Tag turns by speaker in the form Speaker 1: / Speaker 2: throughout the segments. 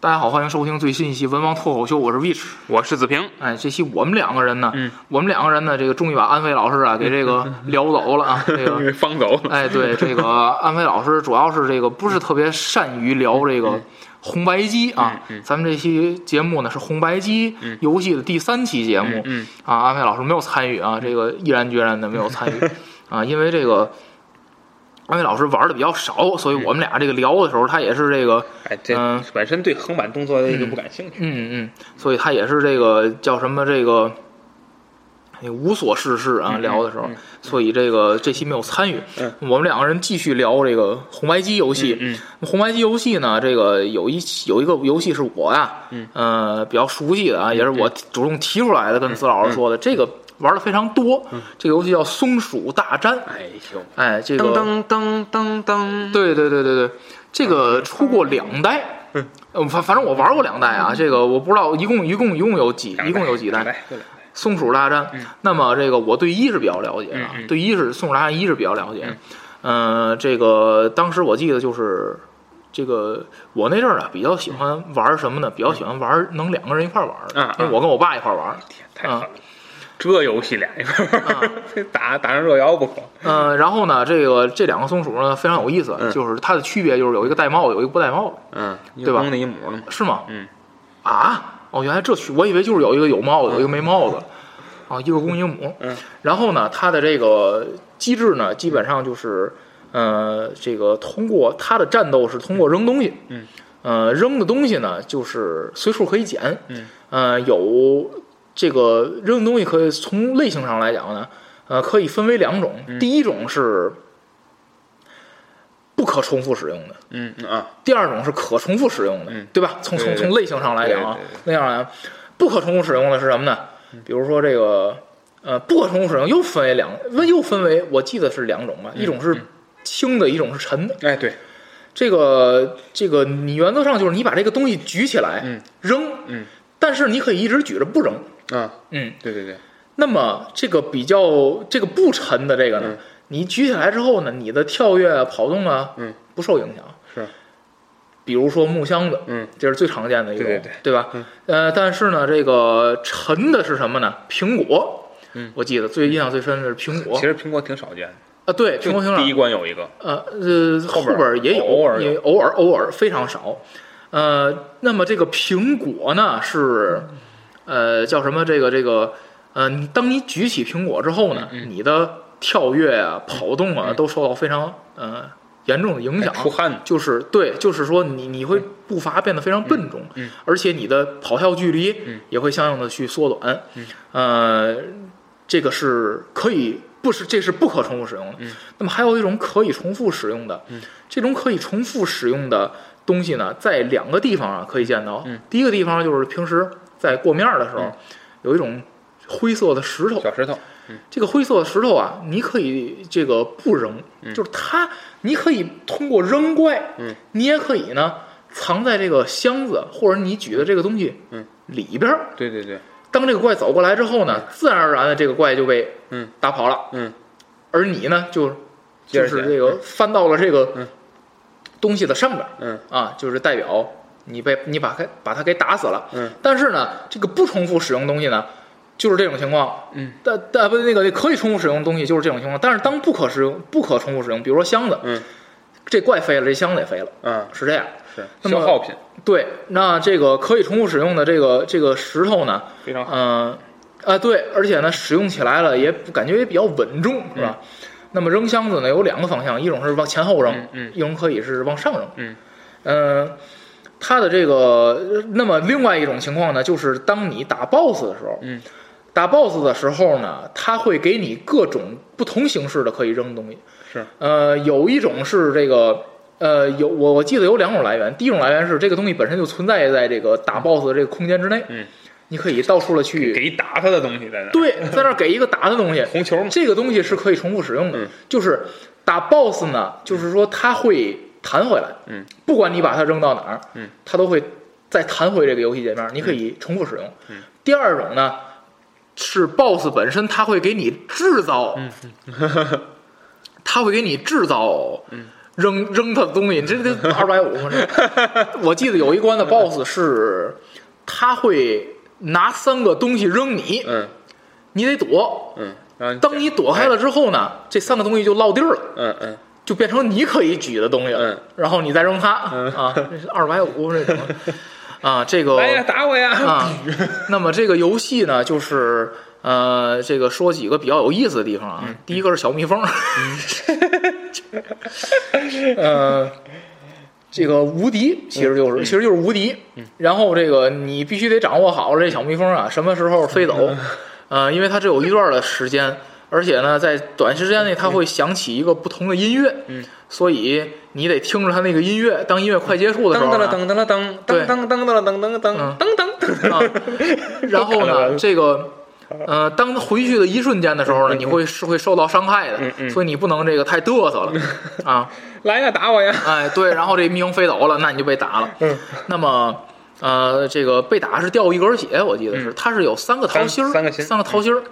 Speaker 1: 大家好，欢迎收听最新一期《文王脱口秀》，我是 Vich。
Speaker 2: 我是子平。
Speaker 1: 哎，这期我们两个人呢，
Speaker 2: 嗯
Speaker 1: 我们两个人呢，这个终于把安飞老师啊给这个 撩走了啊，这个。
Speaker 2: 方走，
Speaker 1: 哎，对，这个安飞老师主要是这个不是特别善于聊这个红白机啊。
Speaker 2: 嗯嗯
Speaker 1: 咱们这期节目呢是红白机游戏的第三期节目、
Speaker 2: 嗯
Speaker 1: 啊，安飞老师没有参与啊，这个毅然决然的没有 参与啊，因为这个安飞老师玩的比较少，所以
Speaker 2: 嗯
Speaker 1: 我们俩这个聊的时候，他也是这个
Speaker 3: 哎，这
Speaker 1: 嗯
Speaker 3: 本身对横版动作类就不感兴趣。
Speaker 1: 嗯，嗯，所以他也是这个叫什么这个，哎无所事事啊，聊的时候，所以这个这期没有参与。
Speaker 3: 嗯
Speaker 1: 我们两个人继续聊这个红白机游戏。
Speaker 2: 嗯
Speaker 1: 红白机游戏呢，这个有一有一个游戏是我呀、
Speaker 2: 嗯
Speaker 1: 呃比较熟悉的啊，也是我主动提出来的，跟司老师说的，这个玩的非常多。这个游戏叫《松鼠大战》，
Speaker 3: 哎呦，
Speaker 1: 哎，这个
Speaker 3: 噔噔噔噔噔，
Speaker 1: 对对对对对，这个出过两代，嗯，反反正我玩过两代啊，这个我不知道一共一共一共有几一共有几代
Speaker 3: 来，
Speaker 1: 松鼠大战。那么这个我对一是比较了解的啊，
Speaker 2: 嗯嗯
Speaker 1: 对一是松鼠大战一是比较了解的。嗯、这个当时我记得就是。这个我那阵儿啊，比较喜欢玩什么呢？比较喜欢玩能两个人一块儿玩的，
Speaker 2: 嗯嗯
Speaker 1: 因为我跟我爸一块儿玩儿。
Speaker 3: 天太狠
Speaker 1: 啊
Speaker 3: 了，这游戏俩人儿这 打打上热窑不可。
Speaker 1: 嗯、然后呢，这个这两个松鼠呢非常有意思，
Speaker 3: 嗯
Speaker 1: 就是它的区别就是有一个戴帽，的，有一个不戴帽，的，
Speaker 3: 嗯，一
Speaker 1: 对吧
Speaker 3: 公的一母的嘛。
Speaker 1: 是吗？
Speaker 2: 嗯
Speaker 1: 啊，哦，原来这区，我以为就是有一个有帽子，有一个没帽子，啊，一个公一个母。
Speaker 3: 嗯，
Speaker 1: 然后呢，它的这个机制呢，基本上就是，呃，这个通过它的战斗是通过扔东西，
Speaker 2: 嗯，
Speaker 1: 呃，扔的东西呢就是随处可以捡，
Speaker 2: 嗯，
Speaker 1: 呃，有这个扔的东西可以从类型上来讲呢，呃，可以分为两种，
Speaker 2: 嗯
Speaker 1: 第一种是不可重复使用的。
Speaker 2: 嗯
Speaker 3: 嗯啊，
Speaker 1: 第二种是可重复使用的，
Speaker 2: 嗯
Speaker 1: 对吧？从从
Speaker 3: 对对
Speaker 1: 从类型上来讲啊
Speaker 3: 对对对，嗯
Speaker 1: 那样来，不可重复使用的是什么呢？比如说这个，呃，不可重复使用又分为两，又分为我记得是两种
Speaker 3: 嗯
Speaker 1: 吧，一种是轻的，一种是沉的。
Speaker 3: 哎对，
Speaker 1: 这个这个，你原则上就是你把这个东西举起来，
Speaker 2: 嗯
Speaker 1: 扔，
Speaker 2: 嗯
Speaker 1: 但是你可以一直举着不扔，
Speaker 3: 嗯，
Speaker 1: 嗯。
Speaker 3: 对对对，
Speaker 1: 那么这个比较这个不沉的这个呢，
Speaker 3: 嗯
Speaker 1: 你举起来之后呢，你的跳跃啊、跑动啊，
Speaker 3: 嗯，
Speaker 1: 不受影响。
Speaker 3: 是，
Speaker 1: 比如说木箱子，
Speaker 3: 嗯，
Speaker 1: 这是最常见的一种，
Speaker 3: 对对对
Speaker 1: 吧？
Speaker 3: 嗯
Speaker 1: 呃，但是呢，这个沉的是什么呢？苹果。
Speaker 3: 嗯，
Speaker 1: 我记得最印象最深的是苹果
Speaker 3: 其实苹果挺少见的，
Speaker 1: 啊，对，苹
Speaker 3: 就
Speaker 1: 果挺
Speaker 3: 第一
Speaker 1: 少，
Speaker 3: 关有一个，
Speaker 1: 呃呃，后边儿也有，
Speaker 3: 偶尔有
Speaker 1: 也偶尔偶尔非常少。呃，那么这个苹果呢是，呃，叫什么？这个这个，呃，你当你举起苹果之后呢，
Speaker 3: 嗯
Speaker 1: 你的跳跃啊、跑动啊、都受到非常呃严重的影响。
Speaker 3: 哎出汗，
Speaker 1: 就是对，就是说你你会步伐变得非常笨重，
Speaker 2: 嗯嗯
Speaker 1: 而且你的跑跳距离
Speaker 2: 嗯
Speaker 1: 也会相应的去缩短，
Speaker 2: 嗯
Speaker 1: 呃，这个是可以不是，这是不可重复使用的。
Speaker 2: 嗯
Speaker 1: 那么还有一种可以重复使用的，这种可以重复使用的东西呢，在两个地方啊可以
Speaker 2: 嗯
Speaker 1: 见到。第一个地方就是平时在过面儿的时候，有一种灰色的石头，
Speaker 3: 小石头，
Speaker 1: 这个灰色的石头啊，你可以这个不扔，就是它，你可以通过扔怪，
Speaker 3: 嗯
Speaker 1: 你也可以呢藏在这个箱子或者你举的这个东西，
Speaker 3: 嗯
Speaker 1: 里边儿。
Speaker 3: 对对对，
Speaker 1: 当这个怪走过来之后呢，自然而然的这个怪就被
Speaker 3: 嗯
Speaker 1: 打跑了，
Speaker 3: 嗯，
Speaker 1: 而你呢就
Speaker 3: 接
Speaker 1: 就
Speaker 3: 着写
Speaker 1: 是这个翻到了这个
Speaker 3: 嗯
Speaker 1: 东西的上边儿，
Speaker 3: 嗯
Speaker 1: 啊，就是代表你被你把它把它给打死了。
Speaker 3: 嗯，
Speaker 1: 但是呢，这个不重复使用东西呢，就是这种情况。
Speaker 3: 嗯，
Speaker 1: 但但不那个可以重复使用的东西就是这种情况。但是当不可使用、不可重复使用，比如说箱子，
Speaker 3: 嗯
Speaker 1: 这怪飞了，这箱子也飞了，
Speaker 3: 嗯，
Speaker 1: 是这样。
Speaker 3: 是
Speaker 1: 那
Speaker 3: 消
Speaker 1: 么
Speaker 3: 耗品，
Speaker 1: 对，那这个可以重复使用的这个这个石头呢，
Speaker 3: 非常好。
Speaker 1: 嗯，啊对，而且呢，使用起来了也不感觉也比较稳重，是吧？那么扔箱子呢有两个方向，一种是往前后扔，
Speaker 3: 嗯嗯
Speaker 1: 一种可以是往上扔，
Speaker 3: 嗯
Speaker 1: 嗯它的这个，呃那么另外一种情况呢，就是当你打 BOSS 的时候，
Speaker 3: 嗯，
Speaker 1: 打 BOSS 的时候呢，它会给你各种不同形式的可以扔的东西，
Speaker 3: 是，
Speaker 1: 呃，有一种是这个。呃，有我我记得有两种来源，第一种来源是这个东西本身就存在在这个打 BOSS 的这个空间之内，
Speaker 3: 嗯，
Speaker 1: 你可以到处的去
Speaker 3: 给打他的东西在那，，
Speaker 1: 对，在那儿给一个打 的东西，
Speaker 3: 红球嘛，
Speaker 1: 这个东西是可以重复使用的。
Speaker 3: 嗯
Speaker 1: 就是打 BOSS 呢，就是说它会弹回来，
Speaker 3: 嗯，
Speaker 1: 不管你把它扔到哪儿，
Speaker 3: 嗯，
Speaker 1: 它都会再弹回这个游戏界面，你可以重复使用。
Speaker 3: 嗯
Speaker 1: 第二种呢是 BOSS 本身，它会给你制造，
Speaker 3: 嗯
Speaker 1: 它会给你制造，
Speaker 3: 嗯
Speaker 1: 扔扔它的东西，这这二百五 嘛，这我记得有一关的 BOSS 是，它会拿三个东西扔你，
Speaker 3: 嗯
Speaker 1: 你得躲。
Speaker 3: 嗯，然后
Speaker 1: 当你躲开了之后呢，这三个东西就落地儿了，
Speaker 3: 嗯嗯
Speaker 1: 就变成你可以举的东西了。
Speaker 3: 嗯
Speaker 1: 然后你再扔它
Speaker 3: 嗯
Speaker 1: 啊，这是二百 五这种啊，这
Speaker 3: 嗯，
Speaker 1: 个
Speaker 3: 来呀，打我呀，
Speaker 1: 啊， 那么这个游戏呢，就是呃，这个说几个比较有意思的地方啊。第一个是小蜜 蜂，呃，这个无敌其实就是、其实就是无敌。然后这个你必须得掌握好这小蜜蜂啊，什么时候飞走，呃，因为它只有一段的时间。而且呢，在短时间内，它会响起一个不同的音乐，
Speaker 3: 嗯，
Speaker 1: 所以你得听着它那个音乐。当音乐快结束的时
Speaker 3: 噔
Speaker 1: 候啊
Speaker 3: 噔了噔噔
Speaker 1: 呢，
Speaker 3: 了噔
Speaker 1: 对
Speaker 3: 噔噔噔噔了噔噔噔
Speaker 1: 嗯
Speaker 3: 噔噔噔，
Speaker 1: 啊，然后呢，这个。呃，当回去的一瞬间的时候呢，你会是会受到伤害的，所以你不能这个太嘚瑟了啊！
Speaker 3: 来呀，打我呀，
Speaker 1: 哎，对，然后这蜜蜂飞走了，那你就被打了。
Speaker 3: 嗯
Speaker 1: 那么，呃，这个被打是掉一根血，我记得是，它是有三个桃心儿，
Speaker 3: 嗯三三个心
Speaker 1: 三个桃心儿。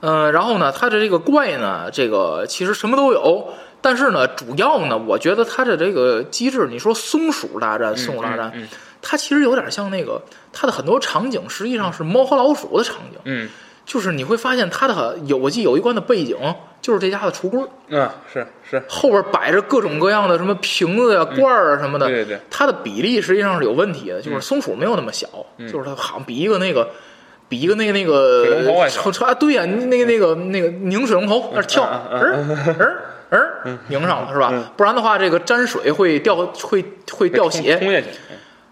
Speaker 1: 呃，然后呢，它的这个怪呢，这个其实什么都有，但是呢，主要呢，我觉得它的这个机制，你说松鼠大战、松鼠大战，
Speaker 3: 嗯
Speaker 1: 它其实有点像那个它的很多场景，实际上是猫和老鼠的场景，
Speaker 3: 嗯
Speaker 1: 就是你会发现它的有我记得有一关的背景就是这家的橱柜儿，
Speaker 3: 嗯，是是，
Speaker 1: 后边摆着各种各样的什么瓶子呀、罐儿啊什么的，
Speaker 3: 嗯对对对嗯
Speaker 1: 它的比例实际上是有问题的，就是松鼠没有那么小，就是它好像比一个那个。比一个那个那
Speaker 3: 水
Speaker 1: 个
Speaker 3: 龙头还小嗯
Speaker 1: 车车啊，对呀、那个那个那个拧水龙头那儿跳，嗯儿儿
Speaker 3: 嗯
Speaker 1: 儿拧上了是吧？不然的话，这个沾水会掉，会会掉血，
Speaker 3: 冲下去，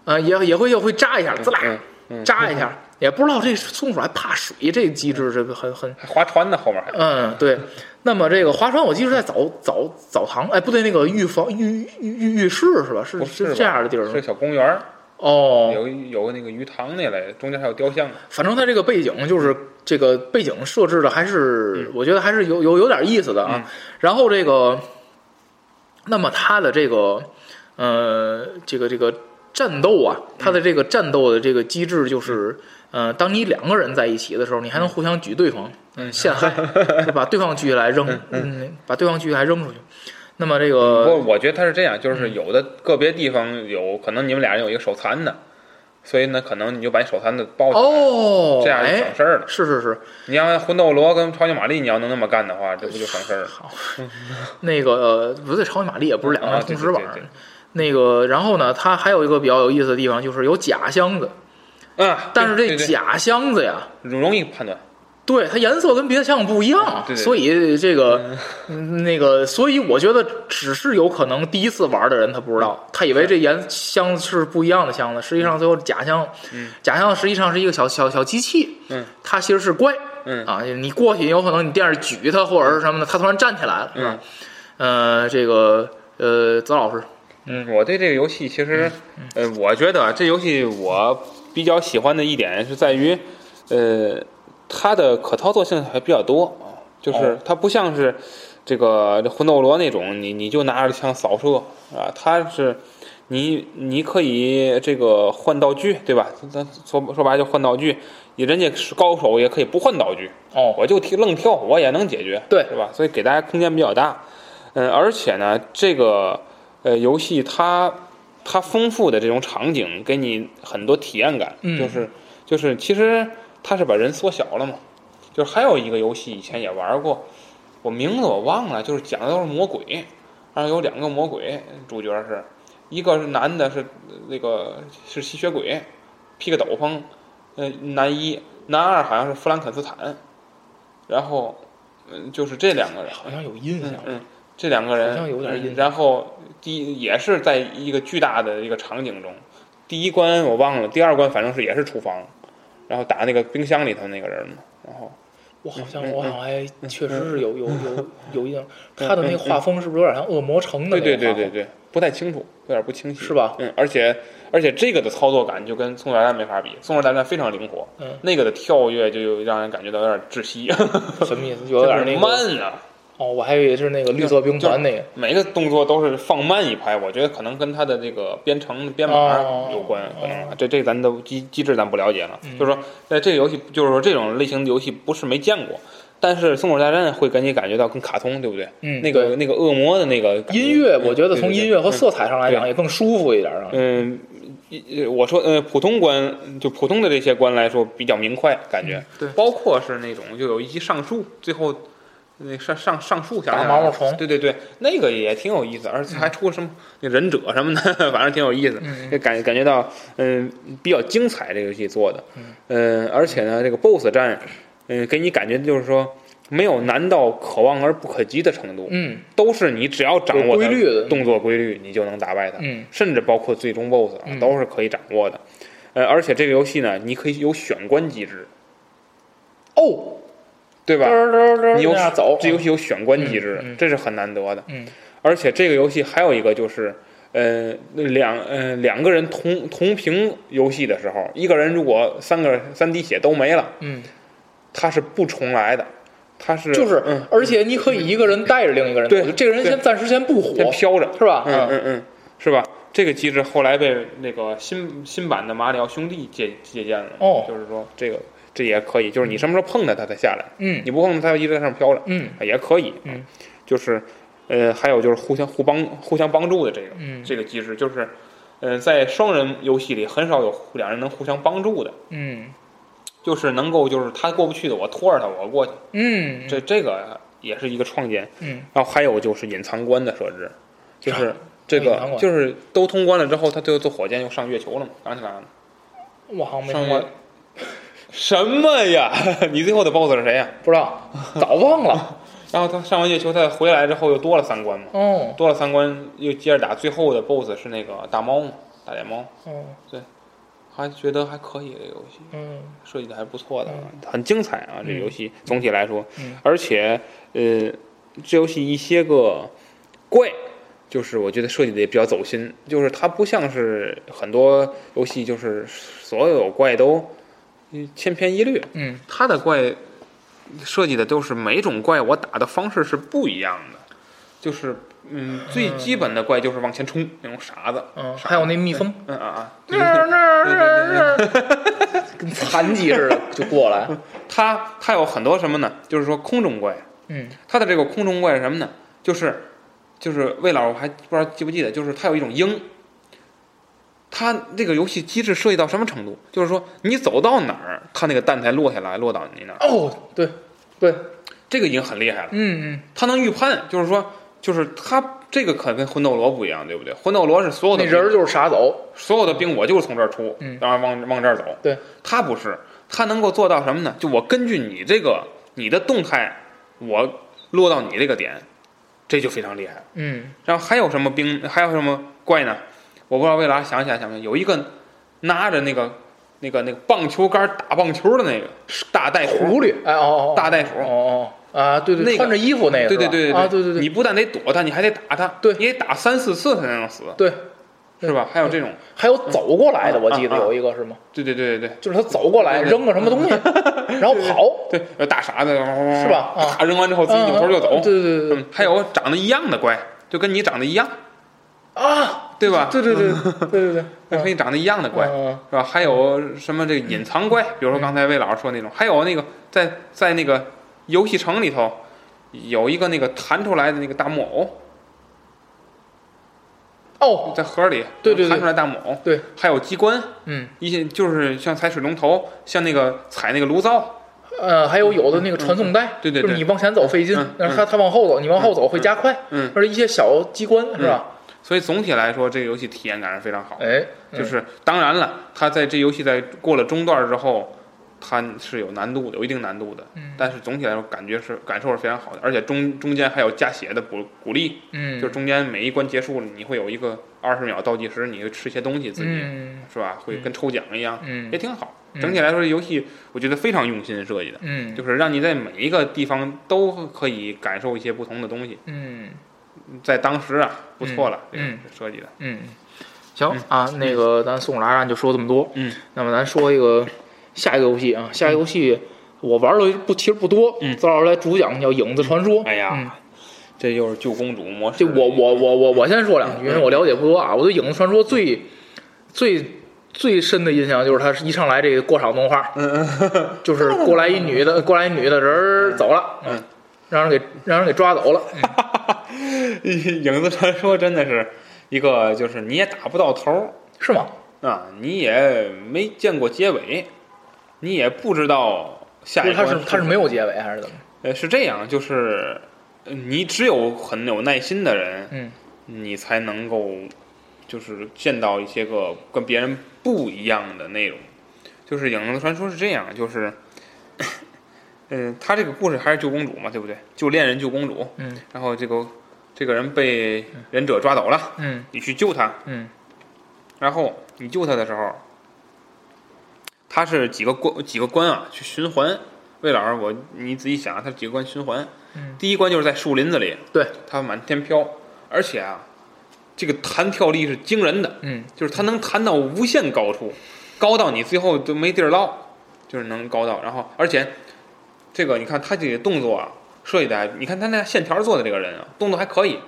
Speaker 1: 呃，也也会也会扎一下，滋啦
Speaker 3: 嗯，嗯
Speaker 1: 扎一下，也不知道这松鼠还怕水，这机制这个很很，
Speaker 3: 还划船呢，后面还
Speaker 1: 嗯，对。那么这个划船，我记得是在澡澡澡堂，哎，不对，那个浴房浴浴浴浴室是吧？是
Speaker 3: 不是吧
Speaker 1: 这样的地儿
Speaker 3: 是
Speaker 1: 吗
Speaker 3: 个小公园儿，
Speaker 1: 哦。
Speaker 3: 有有那个鱼塘那类，中间还有雕像呢。
Speaker 1: 反正它这个背景就是这个背景设置的，还
Speaker 3: 嗯
Speaker 1: 是我觉得还是有有有点意思的啊。然后这个，那么它的这个呃，这个这个战斗啊，它
Speaker 3: 嗯
Speaker 1: 的这个战斗的这个机制就是，呃，当你两个人在一起的时候，你还能互相举对方，
Speaker 3: 嗯
Speaker 1: 陷害，就把对方举起来扔，嗯，把对方举起来扔出去。那么这
Speaker 3: 不过
Speaker 1: 个，
Speaker 3: 我觉得他是这样，就是
Speaker 1: 嗯
Speaker 3: 有的个别地方有可能你们俩人有一个手残的，所以呢，可能你就把你手残的抱起来，
Speaker 1: 哦，
Speaker 3: 这样就
Speaker 1: 哎
Speaker 3: 省，事儿了。
Speaker 1: 是是是，
Speaker 3: 你要魂斗罗跟超级玛丽，你要能那么干的话，这不就省事儿了？
Speaker 1: 好，那个呃不对，超级玛丽也不是两个人
Speaker 3: 啊对
Speaker 1: 同时玩
Speaker 3: 对对
Speaker 1: 儿
Speaker 3: 对。
Speaker 1: 那个，然后呢，它还有一个比较有意思的地方，就是有假箱子，
Speaker 3: 啊，
Speaker 1: 但是这
Speaker 3: 对对
Speaker 1: 假箱子呀，
Speaker 3: 对容易判断，
Speaker 1: 对它颜色跟别的项目不一样，
Speaker 3: 对对对
Speaker 1: 所以这个、嗯那个，所以我觉得只是有可能第一次玩的人他不知道，他以为这颜箱子是不一样的箱子，实际上最后是假箱，
Speaker 3: 嗯
Speaker 1: 假箱实际上是一个小小小机器，
Speaker 3: 嗯，
Speaker 1: 它其实是怪，
Speaker 3: 嗯
Speaker 1: 啊，你过去有可能你电视举他或者是什么的，他突然站起来了，是吧？呃，这个呃，泽老师，
Speaker 3: 嗯，我对这个游戏其实，
Speaker 1: 嗯
Speaker 3: 呃，我觉得这游戏我比较喜欢的一点是在于，呃，它的可操作性还比较多，啊
Speaker 1: 哦
Speaker 3: 就是它不像是这个这魂斗罗那种，你你就拿着枪扫射啊，它是你你可以这个换道具，对吧？咱说说白了就换道具，人家是高手也可以不换道具，
Speaker 1: 哦，
Speaker 3: 我就跳愣跳，我也能解决，
Speaker 1: 对
Speaker 3: 是吧？所以给大家空间比较大，嗯，而且呢，这个呃游戏它它丰富的这种场景给你很多体验感，
Speaker 4: 嗯
Speaker 3: 就是就是其实它是把人缩小了嘛，就是还有一个游戏以前也玩过，我名字我忘了，就是讲的都是魔鬼，然后有两个魔鬼主角是，一个是男的是呃那个是吸血鬼，披个斗篷，呃男一男二好像是弗兰肯斯坦，然后嗯就是这两个人，
Speaker 1: 好像有印象
Speaker 3: 嗯，嗯，这两个人
Speaker 1: 好像有点印象
Speaker 3: 然后第一也是在一个巨大的一个场景中，第一关我忘了，第二关反正是也是厨房，然后打那个冰箱里头那个人嘛，然后
Speaker 1: 我好
Speaker 3: 嗯
Speaker 1: 像
Speaker 3: 嗯
Speaker 1: 我好像还确实是有有有有印象，他的那个画风是不是有点像恶魔城的
Speaker 3: 对
Speaker 1: 那个
Speaker 3: 嗯对
Speaker 1: 画
Speaker 3: 对
Speaker 1: 风？
Speaker 3: 对对，不太清楚，有点不清晰，
Speaker 1: 是吧
Speaker 3: 嗯，而且而且这个的操作感就跟《松鼠大战》没法比，《松鼠大战》非常灵活，
Speaker 1: 嗯
Speaker 3: 那个的跳跃就有让人感觉到有点窒息，
Speaker 1: 什么意 思？有点那个
Speaker 3: 慢啊，
Speaker 1: 哦，我还以为是那个绿色兵团那个。
Speaker 3: 每个动作都是放慢一拍，我觉得可能跟它的这个编程编码
Speaker 1: 哦
Speaker 3: 有关，可能啊
Speaker 1: 哦嗯
Speaker 3: 这这咱都机机制咱不了解了。就是说，在这个游戏，就是说这种类型的游戏不是没见过，但是《松鼠大战》会给你感觉到跟卡通，对不对？
Speaker 4: 嗯
Speaker 3: 那个
Speaker 1: 对
Speaker 3: 那个恶魔的那个感觉
Speaker 1: 音乐，我觉得
Speaker 3: 对
Speaker 1: 从
Speaker 3: 对
Speaker 1: 音乐和
Speaker 3: 嗯
Speaker 1: 色彩上来讲
Speaker 3: 对
Speaker 1: 也更舒服一点啊。
Speaker 3: 嗯，一我说呃，普通关就普通的这些关来说比较明快，感觉、
Speaker 1: 对
Speaker 3: 包括是那种就有一级上树，最后那上上上树想
Speaker 1: 打
Speaker 3: 想
Speaker 1: 毛毛虫
Speaker 3: 对对对，那个也挺有意思，而且还出了什么那忍者什么的， 反正挺有意思，就感感觉到嗯、比较精彩这个游戏做的，嗯、而且呢这个 BOSS 战，嗯、给你感觉就是说。没有难到可望而不可及的程度，
Speaker 4: 嗯
Speaker 3: 都是你只要掌握
Speaker 1: 有规律的
Speaker 3: 它动作规律，你就能打败它。
Speaker 4: 嗯
Speaker 3: 甚至包括最终 BOSS 啊，
Speaker 4: 嗯
Speaker 3: 都是可以掌握的。呃，而且这个游戏呢，你可以有选关机制，
Speaker 1: 哦，
Speaker 3: 对吧？
Speaker 1: 你
Speaker 3: 你有
Speaker 1: 走，
Speaker 3: 这游戏有选关机制，
Speaker 4: 嗯嗯
Speaker 3: 这是很难得的。
Speaker 4: 嗯
Speaker 3: 而且这个游戏还有一个就是，呃，那两呃两个人同同屏游戏的时候，一个人如果三个三滴血都没了，
Speaker 4: 嗯，
Speaker 3: 它是不重来的，它是
Speaker 1: 就是
Speaker 3: 嗯，
Speaker 1: 而且你可以一个人带着另一个人走，
Speaker 3: 对
Speaker 1: 就这个人先暂时先不火，
Speaker 3: 先飘着，
Speaker 1: 是吧？
Speaker 4: 啊
Speaker 3: 嗯嗯嗯，是吧？这个机制后来被那个新新版的马里奥兄弟借借鉴了。
Speaker 1: 哦
Speaker 3: 就是说这个这也可以，就是你什么时候碰它，它才下来；
Speaker 4: 嗯
Speaker 3: 你不碰它，它一直在上面飘着，啊
Speaker 4: 嗯
Speaker 3: 也可以。
Speaker 4: 嗯，
Speaker 3: 就是呃，还有就是互相互帮、互相帮助的这个
Speaker 4: 嗯
Speaker 3: 这个机制，就是呃，在双人游戏里很少有两人能互相帮助的，
Speaker 4: 嗯
Speaker 3: 就是能够就是他过不去的，我拖着他我过去，
Speaker 4: 嗯，
Speaker 3: 这这个也是一个创建。
Speaker 4: 嗯，
Speaker 3: 然后还有就是隐藏关的设置，就是这
Speaker 1: 隐藏
Speaker 3: 个
Speaker 1: 关
Speaker 3: 就是都通关了之后，他最后坐火箭又上月球了嘛？想起来了吗？
Speaker 1: 我好像没
Speaker 3: 上
Speaker 1: 通
Speaker 3: 月
Speaker 1: 关，
Speaker 3: 什么呀？ 你最后的 BOSS 是谁呀？
Speaker 1: 不 知道，早忘了。
Speaker 3: 然后他上完月球，他回来之后又多了三关嘛，
Speaker 1: 哦
Speaker 3: 多了三关又接着打，最后的 BOSS 是那个大猫嘛，大脸猫，
Speaker 1: 哦
Speaker 3: 还觉得还可以这个游戏
Speaker 1: 嗯
Speaker 3: 设计的还不错的，很精彩啊！这游戏总体来说
Speaker 4: 嗯，
Speaker 3: 而且呃，这游戏一些个怪。就是我觉得设计的也比较走心，就是它不像是很多游戏，就是所有怪都嗯千篇一律，
Speaker 4: 嗯
Speaker 3: 它的怪设计的都是每种怪我打的方式是不一样的，就是嗯，最基本的怪就是往前冲那种傻子，
Speaker 1: 嗯，还有那蜜蜂，
Speaker 3: 嗯啊啊，
Speaker 1: 那那那那，跟残疾似的就过来。
Speaker 3: 它它有很多什么呢？就是说空中怪，
Speaker 4: 嗯
Speaker 3: 它的这个空中怪是什么呢？就是就是魏老师还不知道记不记得，就是它有一种鹰。它这个游戏机制设计到什么程度？就是说，你走到哪儿，它那个蛋才落下来，落到你那儿。
Speaker 1: 哦，对对，
Speaker 3: 这个已经很厉害了。
Speaker 4: 嗯嗯，
Speaker 3: 他能预判，就是说，就是他这个可跟魂斗罗不一样，对不对？魂斗罗是所有
Speaker 1: 那
Speaker 3: 的
Speaker 1: 人儿
Speaker 3: 兵，
Speaker 1: 就是傻走。
Speaker 3: 所有的兵我就是从这儿出，
Speaker 4: 嗯
Speaker 3: 然后往往这儿走。
Speaker 1: 对，
Speaker 3: 他不是，他能够做到什么呢？就我根据你这个你的动态，我落到你这个点，这就非常厉害。
Speaker 4: 嗯
Speaker 3: 然后还有什么兵，还有什么怪呢？我不知道为啥想起来想不起来，有一个拿着那个那个那个棒球杆打棒球的那个大袋鼠，
Speaker 1: 狐狸，哎哦哦哦，
Speaker 3: 大袋鼠
Speaker 1: 哦哦啊，对对，
Speaker 3: 那个
Speaker 1: 穿着衣服那个
Speaker 3: 对
Speaker 1: 是吧，
Speaker 3: 对对对
Speaker 1: 啊，对对
Speaker 3: 你
Speaker 1: 对，
Speaker 3: 不但得躲它，你还得打它，
Speaker 1: 对
Speaker 3: 你得打三四次才能死，
Speaker 1: 对，
Speaker 3: 是吧？还有这种，
Speaker 1: 还有走过来的，我记得
Speaker 3: 啊啊
Speaker 1: 有一个是吗？
Speaker 3: 对对对对对
Speaker 1: 就是他走过来扔个什么东西，然后跑，
Speaker 3: 对，有大傻子是
Speaker 1: 吧啊
Speaker 3: 咔扔完之后自己扭头就走
Speaker 1: 嗯，对对对对
Speaker 3: 嗯，还有长得一样的乖，就跟你长得一样，
Speaker 1: 啊，
Speaker 3: 对吧？
Speaker 1: 对对对对对对，
Speaker 3: 那和你长得一样的怪，
Speaker 1: 嗯嗯
Speaker 3: 是吧？还有什么这个隐藏
Speaker 1: 嗯
Speaker 3: 怪，比如说刚才魏老师说那种，还有那个在在那个游戏城里头有一个那个弹出来的那个大木偶，
Speaker 1: 哦，
Speaker 3: 在盒里，
Speaker 1: 对对对
Speaker 3: 弹出来大木偶，
Speaker 1: 对，
Speaker 3: 还有机关，
Speaker 1: 嗯
Speaker 3: 一些就是像踩水龙头，像那个踩那个炉灶，
Speaker 1: 呃，还有
Speaker 3: 嗯
Speaker 1: 有的那个传送带，
Speaker 3: 对对对
Speaker 1: 就是你往前走费劲
Speaker 3: 嗯嗯，
Speaker 1: 但是他他往后走，你往后走会加快，
Speaker 3: 嗯
Speaker 1: 或者一些小机关是吧？
Speaker 3: 所以总体来说，这个游戏体验感是非常好。
Speaker 1: 哎，嗯
Speaker 3: 就是当然了，它在这游戏在过了中段之后，它是有难度的，有一定难度的。
Speaker 1: 嗯
Speaker 3: 但是总体来说，感觉是感受是非常好的，而且中中间还有加血的鼓鼓励，
Speaker 1: 嗯，
Speaker 3: 就是中间每一关结束了，你会有一个二十秒倒计时，你会吃一些哎东西，自己、
Speaker 1: 嗯
Speaker 3: 是吧？会跟抽奖一样，
Speaker 1: 嗯
Speaker 3: 也挺好。
Speaker 1: 嗯
Speaker 3: 整体来说，这游戏我觉得非常用心设计的，
Speaker 1: 嗯
Speaker 3: 就是让你在每一个地方都可以感受一些不同的东西。
Speaker 1: 嗯。
Speaker 3: 在当时啊，不错了，
Speaker 1: 嗯
Speaker 3: 这个设计的。
Speaker 1: 嗯，行啊，那个咱宋拉拉就说这么多。
Speaker 3: 嗯，
Speaker 1: 那么咱说一个下一个游戏啊，下一个游戏我玩的不其实不多。
Speaker 3: 嗯
Speaker 1: 赵老师来主讲叫《影子传说》。
Speaker 3: 哎呀，
Speaker 1: 嗯
Speaker 3: 这又是救公主模式。
Speaker 1: 这我我我我我先说两句，因为我了解不多啊。我对《影子传说最》最最深的印象就是它是一上来这个过场动画，
Speaker 3: 嗯
Speaker 1: 就是过来一女的，过来一女的人儿走了，嗯，让人给让人给抓走了。
Speaker 3: 影子传说真的是一个，就是你也打不到头
Speaker 1: 是吗？
Speaker 3: 儿啊，你也没见过结尾，你也不知道下
Speaker 1: 不
Speaker 3: 一
Speaker 1: 是，它
Speaker 3: 关
Speaker 1: 是它是
Speaker 3: 什么
Speaker 1: 没有结尾还是怎么？
Speaker 3: 呃，是这样，就是呃你只有很有耐心的人，
Speaker 1: 嗯，
Speaker 3: 你才能够就是见到一些个跟别人不一样的内容。就是《影子传说》是这样，就是，嗯，他这个故事还是救公主嘛，对不对？救恋人救公主，
Speaker 1: 嗯，
Speaker 3: 然后这个这个人被忍者抓走了，
Speaker 1: 嗯
Speaker 3: 你去救他，
Speaker 1: 嗯
Speaker 3: 然后你救他的时候，他是几个关几个关啊去循环。魏老师，我你仔细想啊，他几个关循环？
Speaker 1: 嗯
Speaker 3: 第一关就是在树林子里，
Speaker 1: 对，
Speaker 3: 他满天飘，而且啊，这个弹跳力是惊人的，
Speaker 1: 嗯
Speaker 3: 就是它能弹到无限高处，高到你最后都没地儿捞，就是能高到。然后，而且这个你看他这个动作啊，设计的还，你看他那线条做的这个人啊，动作还可以。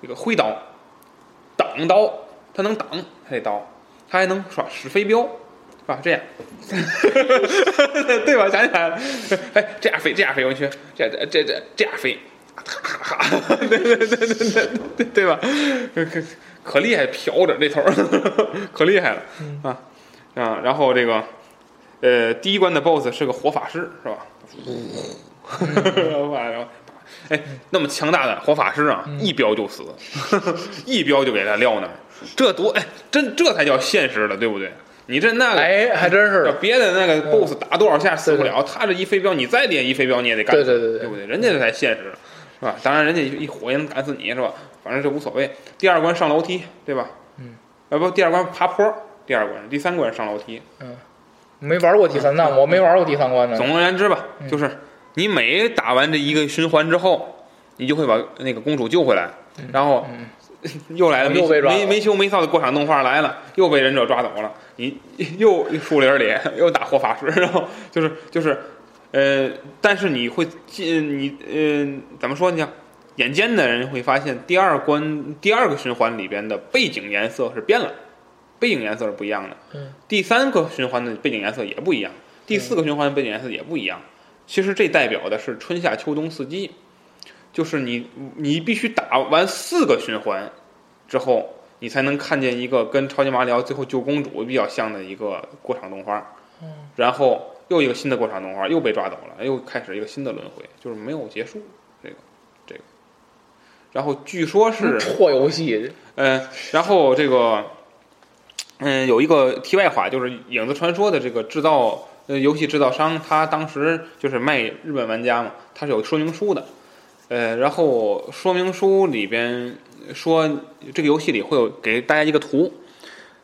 Speaker 3: 这个挥刀、挡刀，他能挡他这刀，他还能耍使飞镖，是啊吧？这样， 对吧？想起来了，哎，这样飞，这样飞回去，这这这这这样飞，哈哈哈， 对对对对对对对吧？可可可厉害，飘着这头儿， 可厉害了啊啊！然后这个呃，第一关的 BOSS 是个活法师，是吧？哇 然后哎，那么强大的活法师啊，一镖就死， 一镖就给他撂那儿，这多哎，真这才叫现实的，对不对？你这那个
Speaker 1: 哎，还真是
Speaker 3: 要。别的那个 boss 打多少下死不
Speaker 1: 对对
Speaker 3: 了，他这一飞镖，你再练一飞镖你也得干死，
Speaker 1: 对对对对
Speaker 3: 不对？人家这才现实，是吧？当然，人家一火也能干死你，是吧？反正这无所谓。第二关上楼梯，对吧？
Speaker 1: 嗯，
Speaker 3: 啊不，第二关爬坡，第二关，第三关上楼梯。
Speaker 1: 没玩过第三弹，我没玩过第三关呢。嗯
Speaker 3: 总而言之吧，就是你每打完这一个循环之后，你就会把那个公主救回来，
Speaker 1: 嗯
Speaker 3: 然后又来了没
Speaker 1: 啊又被抓了
Speaker 3: 没没羞没臊的过场动画来了，又被忍者抓走了，你又树林里又打活法师，然后就是就是呃，但是你会进你呃怎么说呢？眼尖的人会发现，第二关第二个循环里边的背景颜色是变了，背景颜色是不一样的。
Speaker 1: 嗯，
Speaker 3: 第三个循环的背景颜色也不一样，第四个循环的背景颜色也不一样。其实这代表的是春夏秋冬四季，就是你你必须打完四个循环之后，你才能看见一个跟超级马里奥最后救公主比较像的一个过场动画。嗯，然后又一个新的过场动画又被抓走了，又开始一个新的轮回，就是没有结束这个这个。然后据说 是啊
Speaker 1: 破游戏，
Speaker 3: 嗯，然后这个，嗯，有一个题外话，就是《影子传说》的这个制造，呃，游戏制造商，他当时就是卖日本玩家嘛，他是有说明书的，呃，然后说明书里边说这个游戏里会有给大家一个图，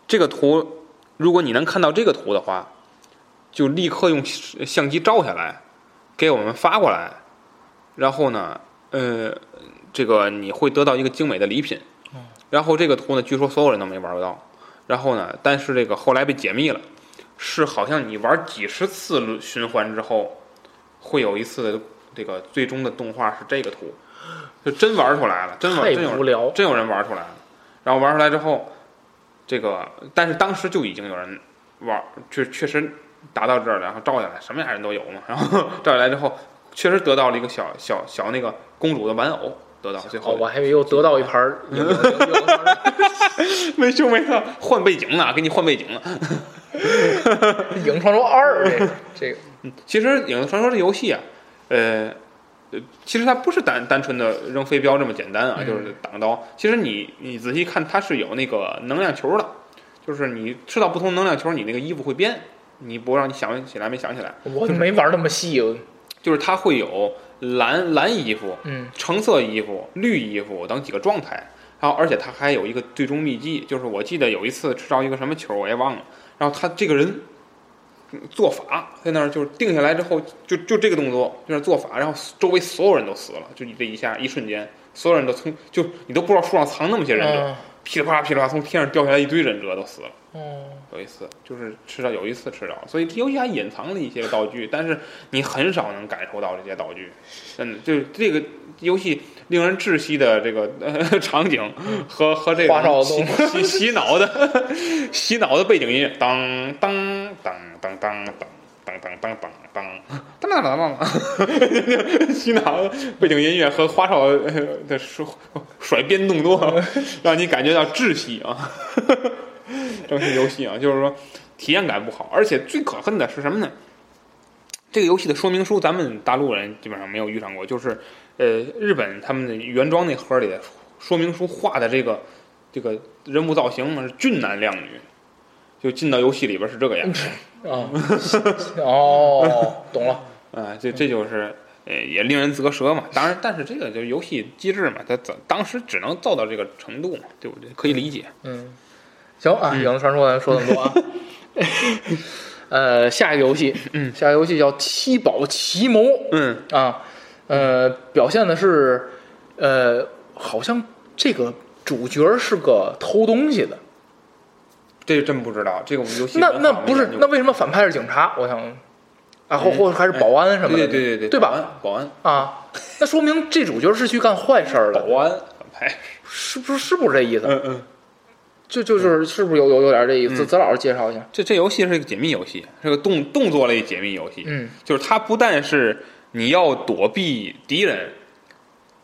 Speaker 3: 这个图如果你能看到这个图的话，就立刻用相机照下来，给我们发过来，然后呢，呃，这个你会得到一个精美的礼品。然后这个图呢，据说所有人都没玩到。然后呢，但是这个后来被解密了，是好像你玩几十次轮循环之后，会有一次的这个最终的动画是这个图，就真玩出来了，真玩
Speaker 1: 太
Speaker 3: 真有
Speaker 1: 无聊。
Speaker 3: 真有人玩出来了。然后玩出来之后，这个但是当时就已经有人玩，确确实达到这儿了，然后照下来，什么样人都有嘛。然后照下来之后，确实得到了一个小小小那个公主的玩偶，得到最
Speaker 1: 哦，
Speaker 3: 后
Speaker 1: 我还以为又得到一 盘儿影影影影盘儿
Speaker 3: 没羞没臊，换背景了，给你换背景了。
Speaker 1: 影传说二，这个这个
Speaker 3: 其实《影子传说》这游戏啊，呃，呃，其实它不是单单纯的扔飞镖这么简单啊，
Speaker 1: 嗯
Speaker 3: 就是挡刀。其实你你仔细看，它是有那个能量球的，就是你吃到不同能量球，你那个衣服会变，你不让你想起来没想起来，
Speaker 1: 我没玩那么细，我
Speaker 3: 就是它会有蓝蓝衣服、
Speaker 1: 嗯，
Speaker 3: 橙色衣服、绿衣服等几个状态。然后，而且它还有一个最终秘技，就是我记得有一次吃到一个什么球，我也忘了。然后他这个人嗯做法在那儿就是定下来之后，就就这个动作就是做法，然后周围所有人都死了，就你这一下一瞬间，所有人都从就你都不知道树上藏那么些忍者，
Speaker 1: 嗯
Speaker 3: 噼里啪啦噼里啪啦从天上掉下来一堆忍者都死了。
Speaker 1: 哦，
Speaker 3: 有一次就是吃到有一次吃到，所以这游戏还隐藏了一些道具，但是你很少能感受到这些道具。真的，就是这个游戏令人窒息的这个呃场景和和这
Speaker 1: 花
Speaker 3: 个
Speaker 1: 哨的
Speaker 3: 洗
Speaker 1: 动
Speaker 3: 洗洗脑的洗脑的背景音乐，当当当当当当。当当当当当当当当当，洗脑的背景音乐和花哨呃的甩甩鞭动作，让你感觉到窒息啊！ 这是游戏啊，就是说体验感不好，而且最可恨的是什么呢？这个游戏的说明书，咱们大陆人基本上没有遇上过，就是呃，日本他们的原装那盒里的说明书画的这个这个人物造型呢是俊男靓女，就进到游戏里边是这个样子
Speaker 1: 啊， 哦，懂了，
Speaker 3: 啊，这这就是。呃，也令人啧舌嘛。当然，但是这个就是游戏机制嘛，它当当时只能造到这个程度嘛，对不对？可以理解。
Speaker 1: 嗯，行啊，
Speaker 3: 嗯
Speaker 1: 影子传说咱说这么 多啊，呃，下一个游戏，
Speaker 3: 嗯
Speaker 1: 下一个游戏叫七宝奇谋
Speaker 3: 嗯
Speaker 1: 啊，呃，表现的是，呃，好像这个主角是个偷东西的，
Speaker 3: 这真不知道，这个我们游戏
Speaker 1: 那
Speaker 3: 文化
Speaker 1: 那
Speaker 3: 没
Speaker 1: 不是
Speaker 3: 研究，
Speaker 1: 那为什么反派是警察？我想，啊，或或者还是保安什么的，
Speaker 3: 哎对对对对
Speaker 1: 对
Speaker 3: 保
Speaker 1: 吧？
Speaker 3: 安保安
Speaker 1: 啊，那说明这主角是去干坏事儿了，
Speaker 3: 保安哎反派，
Speaker 1: 是不是？是不是这意思？
Speaker 3: 嗯嗯，
Speaker 1: 就就是是不是有有有点这意思？
Speaker 3: 嗯
Speaker 1: 咱老师介绍一下，
Speaker 3: 这这游戏是一个解密游戏，是个动动作类解密游戏，
Speaker 1: 嗯
Speaker 3: 就是它不但是你要躲避敌人、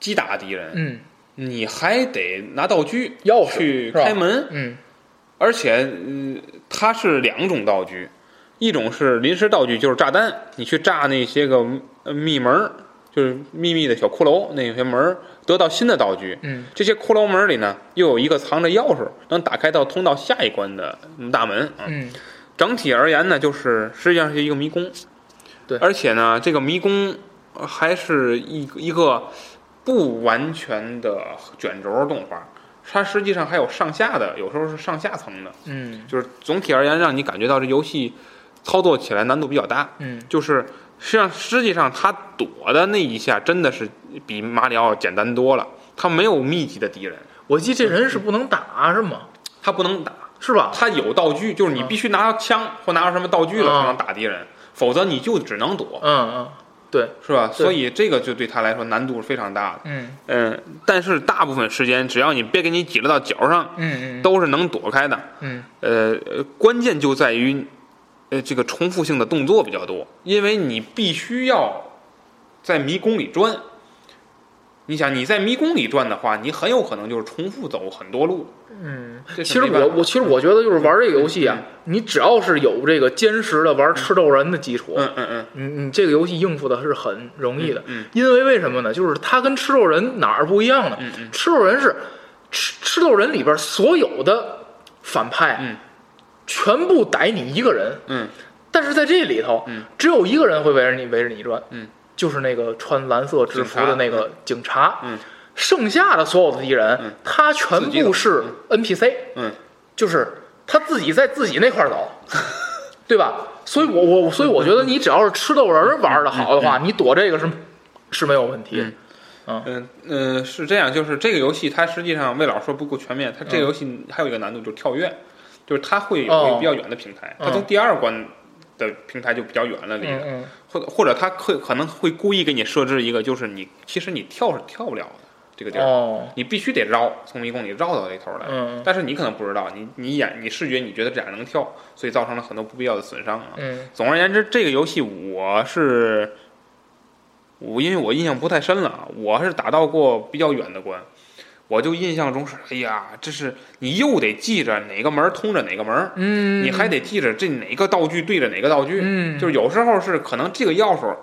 Speaker 3: 击打敌人，
Speaker 1: 嗯，
Speaker 3: 你还得拿道具
Speaker 1: 钥匙
Speaker 3: 去
Speaker 1: 是吧
Speaker 3: 开门，
Speaker 1: 嗯
Speaker 3: 而且、嗯它是两种道具，一种是临时道具，就是炸弹，你去炸那些个呃密门儿，就是秘密的小骷髅那些门儿，得到新的道具，
Speaker 1: 嗯
Speaker 3: 这些骷髅门里呢，又有一个藏着钥匙，能打开到通到下一关的大门啊。
Speaker 1: 嗯
Speaker 3: 整体而言呢，就是实际上是一个迷宫。
Speaker 1: 对
Speaker 3: 而且呢，这个迷宫呃还是一个一个不完全的卷轴动画，它实际上还有上下的，有时候是上下层的，
Speaker 1: 嗯
Speaker 3: 就是总体而言让你感觉到这游戏操作起来难度比较大。
Speaker 1: 嗯
Speaker 3: 就是实际上实际上他躲的那一下真的是比马里奥简单多了，他没有密集的敌人。
Speaker 1: 我记得这人是不能打是吗？
Speaker 3: 他不能打，
Speaker 1: 是吧？
Speaker 3: 他有道具，就是你必须拿到枪或拿到什么道具了
Speaker 1: 啊
Speaker 3: 才能打敌人，否则你就只能躲，
Speaker 1: 嗯嗯，对，
Speaker 3: 是吧？
Speaker 1: 对
Speaker 3: 所以这个就对他来说难度是非常大的。
Speaker 1: 嗯
Speaker 3: 嗯，但是大部分时间，只要你别给你挤了到脚上，
Speaker 1: 嗯嗯
Speaker 3: 都是能躲开的。
Speaker 1: 嗯
Speaker 3: 呃，呃关键就在于，呃，这个重复性的动作比较多，因为你必须要在迷宫里转。你想你在迷宫里转的话，你很有可能就是重复走很多路。
Speaker 1: 嗯。
Speaker 3: 这是
Speaker 1: 其实
Speaker 3: 没办
Speaker 1: 我
Speaker 3: 法
Speaker 1: 我其实我觉得就是玩这个游戏啊，你只要是有这个坚实的玩吃豆人的基础，
Speaker 3: 嗯嗯嗯，
Speaker 1: 你你这个游戏应付的是很容易的，
Speaker 3: 嗯嗯
Speaker 1: 因为为什么呢？就是它跟吃豆人哪儿不一样呢？
Speaker 3: 嗯嗯
Speaker 1: 吃豆人是吃吃豆人里边所有的反派，
Speaker 3: 嗯
Speaker 1: 全部逮你一个人，
Speaker 3: 嗯，
Speaker 1: 但是在这里头，
Speaker 3: 嗯
Speaker 1: 只有一个人会围着你围着你转，
Speaker 3: 嗯，
Speaker 1: 就是那个穿蓝色制服
Speaker 3: 警察
Speaker 1: 的那个警察，
Speaker 3: 嗯
Speaker 1: 剩下的所有的敌人，
Speaker 3: 嗯
Speaker 1: 他全
Speaker 3: 自己走
Speaker 1: 部是 NPC，
Speaker 3: 嗯
Speaker 1: 就是他自己在自己那块儿走， 对吧？所以我我所以我觉得你只要是吃豆人儿玩的好的话，你躲这个是是没有问题。
Speaker 3: 嗯嗯、呃是这样，就是这个游戏它实际上魏老师说不够全面，它这个游戏还有一个难度就是跳跃，就是它会有一
Speaker 1: 嗯哦
Speaker 3: 个比较远的平台，它
Speaker 1: 嗯
Speaker 3: 从第二关的平台就比较远了离，
Speaker 1: 嗯嗯，
Speaker 3: 或者或者它会可能会故意给你设置一个，就是你其实你跳是跳不了的这个地儿。
Speaker 1: 哦，
Speaker 3: 你必须得绕，从迷宫里绕到这头来。
Speaker 1: 嗯
Speaker 3: 但是你可能不知道，你你眼你视觉你觉得这样能跳，所以造成了很多不必要的损伤啊。
Speaker 1: 嗯
Speaker 3: 总而言之，这个游戏我是我因为我印象不太深了啊，我是打到过比较远的关，我就印象中是，哎呀，这是你又得记着哪个门通着哪个门，
Speaker 1: 嗯，
Speaker 3: 你还得记着这哪个道具对着哪个道具，
Speaker 1: 嗯
Speaker 3: 就是有时候是可能这个钥匙。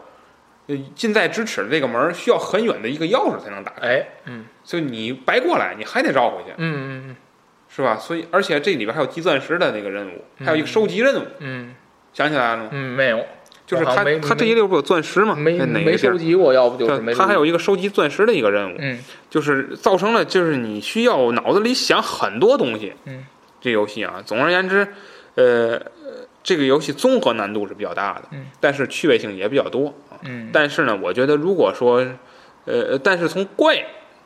Speaker 3: 呃近在咫尺的这个门需要很远的一个钥匙才能打开，
Speaker 1: 哎，嗯
Speaker 3: 所以你白过来你还得绕回去，
Speaker 1: 嗯嗯
Speaker 3: 是吧？所以而且这里边还有积钻石的那个任务，还有一个收集任务，
Speaker 1: 嗯
Speaker 3: 想起来了吗？
Speaker 1: 嗯，没有，
Speaker 3: 就是
Speaker 1: 我好
Speaker 3: 他
Speaker 1: 像没
Speaker 3: 他这一溜不有钻石吗？
Speaker 1: 没
Speaker 3: 在哪
Speaker 1: 没
Speaker 3: 个地儿
Speaker 1: 收？集过，要不就是没
Speaker 3: 对，他还
Speaker 1: 收
Speaker 3: 有一个收集钻石的一个任务
Speaker 1: 集，嗯
Speaker 3: 就是造成了就是你需要脑子里想很多东西。
Speaker 1: 嗯，
Speaker 3: 这游戏啊，总而言之，呃，这个游戏综合难度是比较大的，
Speaker 1: 嗯
Speaker 3: 但是趣味性也比较多啊。
Speaker 1: 嗯，
Speaker 3: 但是呢，我觉得如果说，呃，但是从怪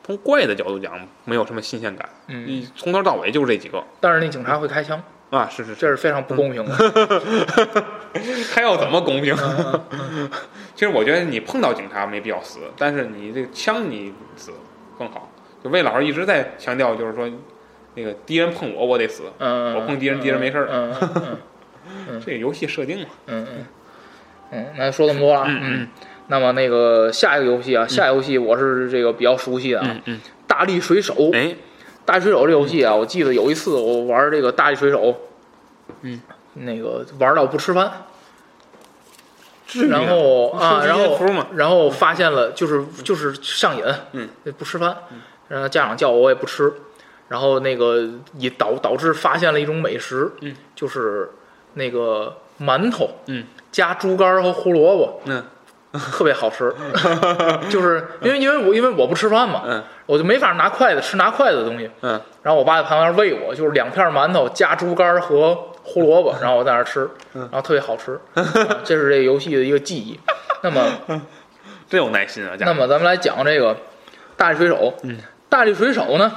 Speaker 3: 从怪的角度讲，没有什么新鲜感，
Speaker 1: 嗯
Speaker 3: 你从头到尾就是这几个
Speaker 1: 但是那警察会开枪，
Speaker 3: 啊，是是是
Speaker 1: 这是非常不公平
Speaker 3: 嗯
Speaker 1: 的。
Speaker 3: 他要怎么公平？
Speaker 1: 嗯
Speaker 3: 其实我觉得你碰到警察没必要死，但是你这个枪你死更好。就魏老师一直在强调，就是说，那个敌人碰我，我得死。
Speaker 1: 嗯，
Speaker 3: 我碰敌人敌人没事儿
Speaker 1: 嗯嗯嗯
Speaker 3: 这个游戏设定嘛，
Speaker 1: 嗯嗯嗯，那说这么多了啊，嗯。那么那个下一个游戏啊，下一个游戏我是这个比较熟悉的啊，
Speaker 3: 嗯，
Speaker 1: 大力水手》。
Speaker 3: 哎，
Speaker 1: 大力水手这游戏啊，我记得有一次我玩这个大力水手，
Speaker 3: 嗯，
Speaker 1: 那个玩到不吃饭，
Speaker 3: 至于吗
Speaker 1: 然后
Speaker 3: 收
Speaker 1: 啊，
Speaker 3: 集
Speaker 1: 然后
Speaker 3: 符嘛
Speaker 1: 然后发现了，就是就是上瘾，
Speaker 3: 嗯，
Speaker 1: 不吃饭，然后家长叫我我也不吃，然后那个也导导致发现了一种美食，
Speaker 3: 嗯，
Speaker 1: 就是那个馒头，
Speaker 3: 嗯，
Speaker 1: 加猪肝儿和胡 萝卜，
Speaker 3: 嗯，
Speaker 1: 特别 好吃，就是因为因为我因为我不吃饭嘛，
Speaker 3: 嗯，
Speaker 1: 我就没法拿筷子吃拿筷子的东西，
Speaker 3: 嗯，
Speaker 1: 然后我爸在旁边喂我，就是两片馒头加猪肝儿和胡萝卜，然后我在那儿吃，然后特别好吃，啊这是这个游戏的一个记忆。那么，
Speaker 3: 真有耐心啊，家
Speaker 1: 那
Speaker 3: 伙。
Speaker 1: 么咱们来讲这个大力水手。嗯，大力水手呢，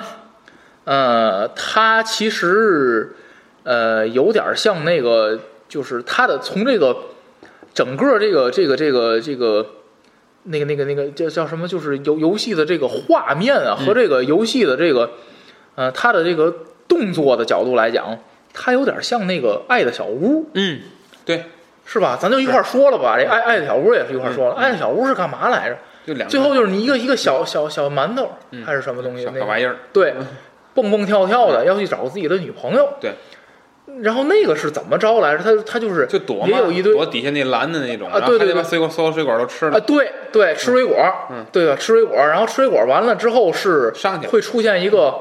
Speaker 1: 呃，它其实呃有点像那个，就是它的从这个整个这个这个这个这个那个那个那个叫叫什么，就是游游戏的这个画面啊和这个游戏的这个呃它的这个动作的角度来讲，它有点像那个《爱的小屋》。
Speaker 3: 嗯，对，
Speaker 1: 是吧？咱就一块儿说了吧。这爱爱的小屋也是一块儿说了。爱的小屋是干嘛来着？
Speaker 3: 就两个
Speaker 1: 最后就是你一个一个小小小馒头
Speaker 3: 嗯
Speaker 1: 还是什么东西，
Speaker 3: 小
Speaker 1: 那
Speaker 3: 小
Speaker 1: 个
Speaker 3: 玩意儿，
Speaker 1: 对，蹦蹦跳跳的要去找自己的女朋友。
Speaker 3: 对，
Speaker 1: 然后那个是怎么着来着？他他就是
Speaker 3: 嗯就躲
Speaker 1: 也
Speaker 3: 嘛，
Speaker 1: 有一堆
Speaker 3: 躲底下那篮的那种，
Speaker 1: 啊
Speaker 3: 然后
Speaker 1: 对
Speaker 3: 他
Speaker 1: 对
Speaker 3: 就把
Speaker 1: 对
Speaker 3: 水果所有水果都吃
Speaker 1: 啊，
Speaker 3: 了。
Speaker 1: 对对，吃水果，
Speaker 3: 嗯
Speaker 1: 对的，吃水果。然后吃水果完了之后是
Speaker 3: 上去
Speaker 1: 会出现一个，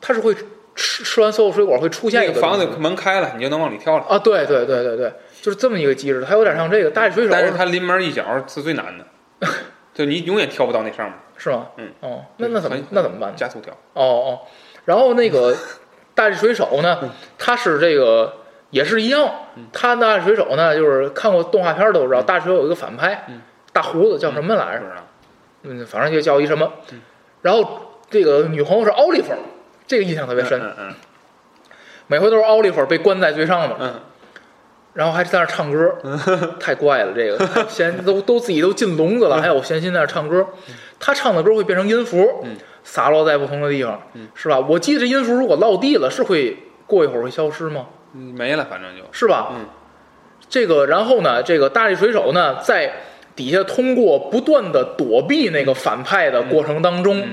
Speaker 1: 它是会吃吃完所有水果会出现
Speaker 3: 那
Speaker 1: 一
Speaker 3: 个
Speaker 1: 个
Speaker 3: 房子
Speaker 1: 东西
Speaker 3: 门开了，你就能往里跳了。
Speaker 1: 啊，对对对对对，就是这么一个机制，它有点像这个大力水手
Speaker 3: 但是它临门一脚是最 难的，就你永远跳不到那上面，
Speaker 1: 是吗？
Speaker 3: 嗯
Speaker 1: 哦，那那怎么
Speaker 3: 很
Speaker 1: 那怎么办呢？
Speaker 3: 加速跳。
Speaker 1: 哦哦，然后 那个大力水手
Speaker 3: 嗯
Speaker 1: 呢，他是这个也是一样，他大力水手呢，就是看过动画片儿都知
Speaker 3: 嗯
Speaker 1: 道，大力水手有一个反派，大胡子叫什么来
Speaker 3: 不
Speaker 1: 着？
Speaker 3: 知道
Speaker 1: 嗯，反正就叫一什么。
Speaker 3: 嗯
Speaker 1: 然后这个女朋友是奥利弗，这个印象特别深，
Speaker 3: 嗯嗯
Speaker 1: 每回都是奥利弗被关在最上面，
Speaker 3: 嗯，
Speaker 1: 然后还在那儿唱歌，太怪了。这个闲都都自己都进笼子了，还有闲心在那儿唱歌。他唱的歌会变成音符，洒落在不同的地方，是吧？我记得这音符如果落地了，是会过一会儿会消失吗？
Speaker 3: 嗯，没了，反正就是
Speaker 1: 吧？
Speaker 3: 嗯
Speaker 1: 这个，然后呢，这个大力水手呢，在底下通过不断的躲避那个反派的过程当中，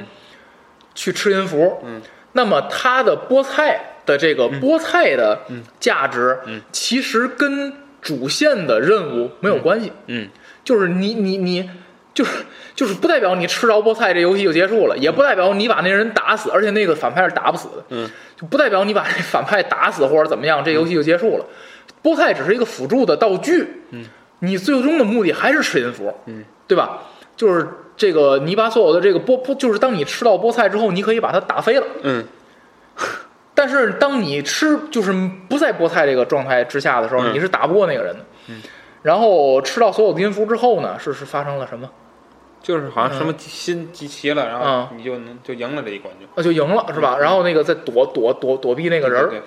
Speaker 1: 去吃音符。
Speaker 3: 嗯，
Speaker 1: 那么他的菠菜的这个菠菜的
Speaker 3: 嗯
Speaker 1: 价值，其实跟主线的任务没有关系。
Speaker 3: 嗯
Speaker 1: 就是你你你，就是就是不代表你吃着菠菜这游戏就结束了，也不代表你把那人打死，而且那个反派是打不死的，
Speaker 3: 嗯，
Speaker 1: 就不代表你把那反派打死或者怎么样，这游戏就结束了。菠菜只是一个辅助的道具，嗯，你最终的目的还是吃音符，嗯，对吧？就是这个，你把所有的这个菠菠，就是当你吃到菠菜之后，你可以把它打飞了，
Speaker 3: 嗯
Speaker 1: 但但是当你吃就是不在菠菜这个状态之下的时候，
Speaker 3: 嗯
Speaker 1: 你是打不过那个人的。嗯。然后吃到所有的音符之后呢，是是发生了什么？
Speaker 3: 就是好像什么新集齐了，然后
Speaker 1: 嗯
Speaker 3: 你就能就赢了这一关就。
Speaker 1: 啊，就赢了是吧？然后那个再躲躲躲躲避那个人儿，
Speaker 3: 对对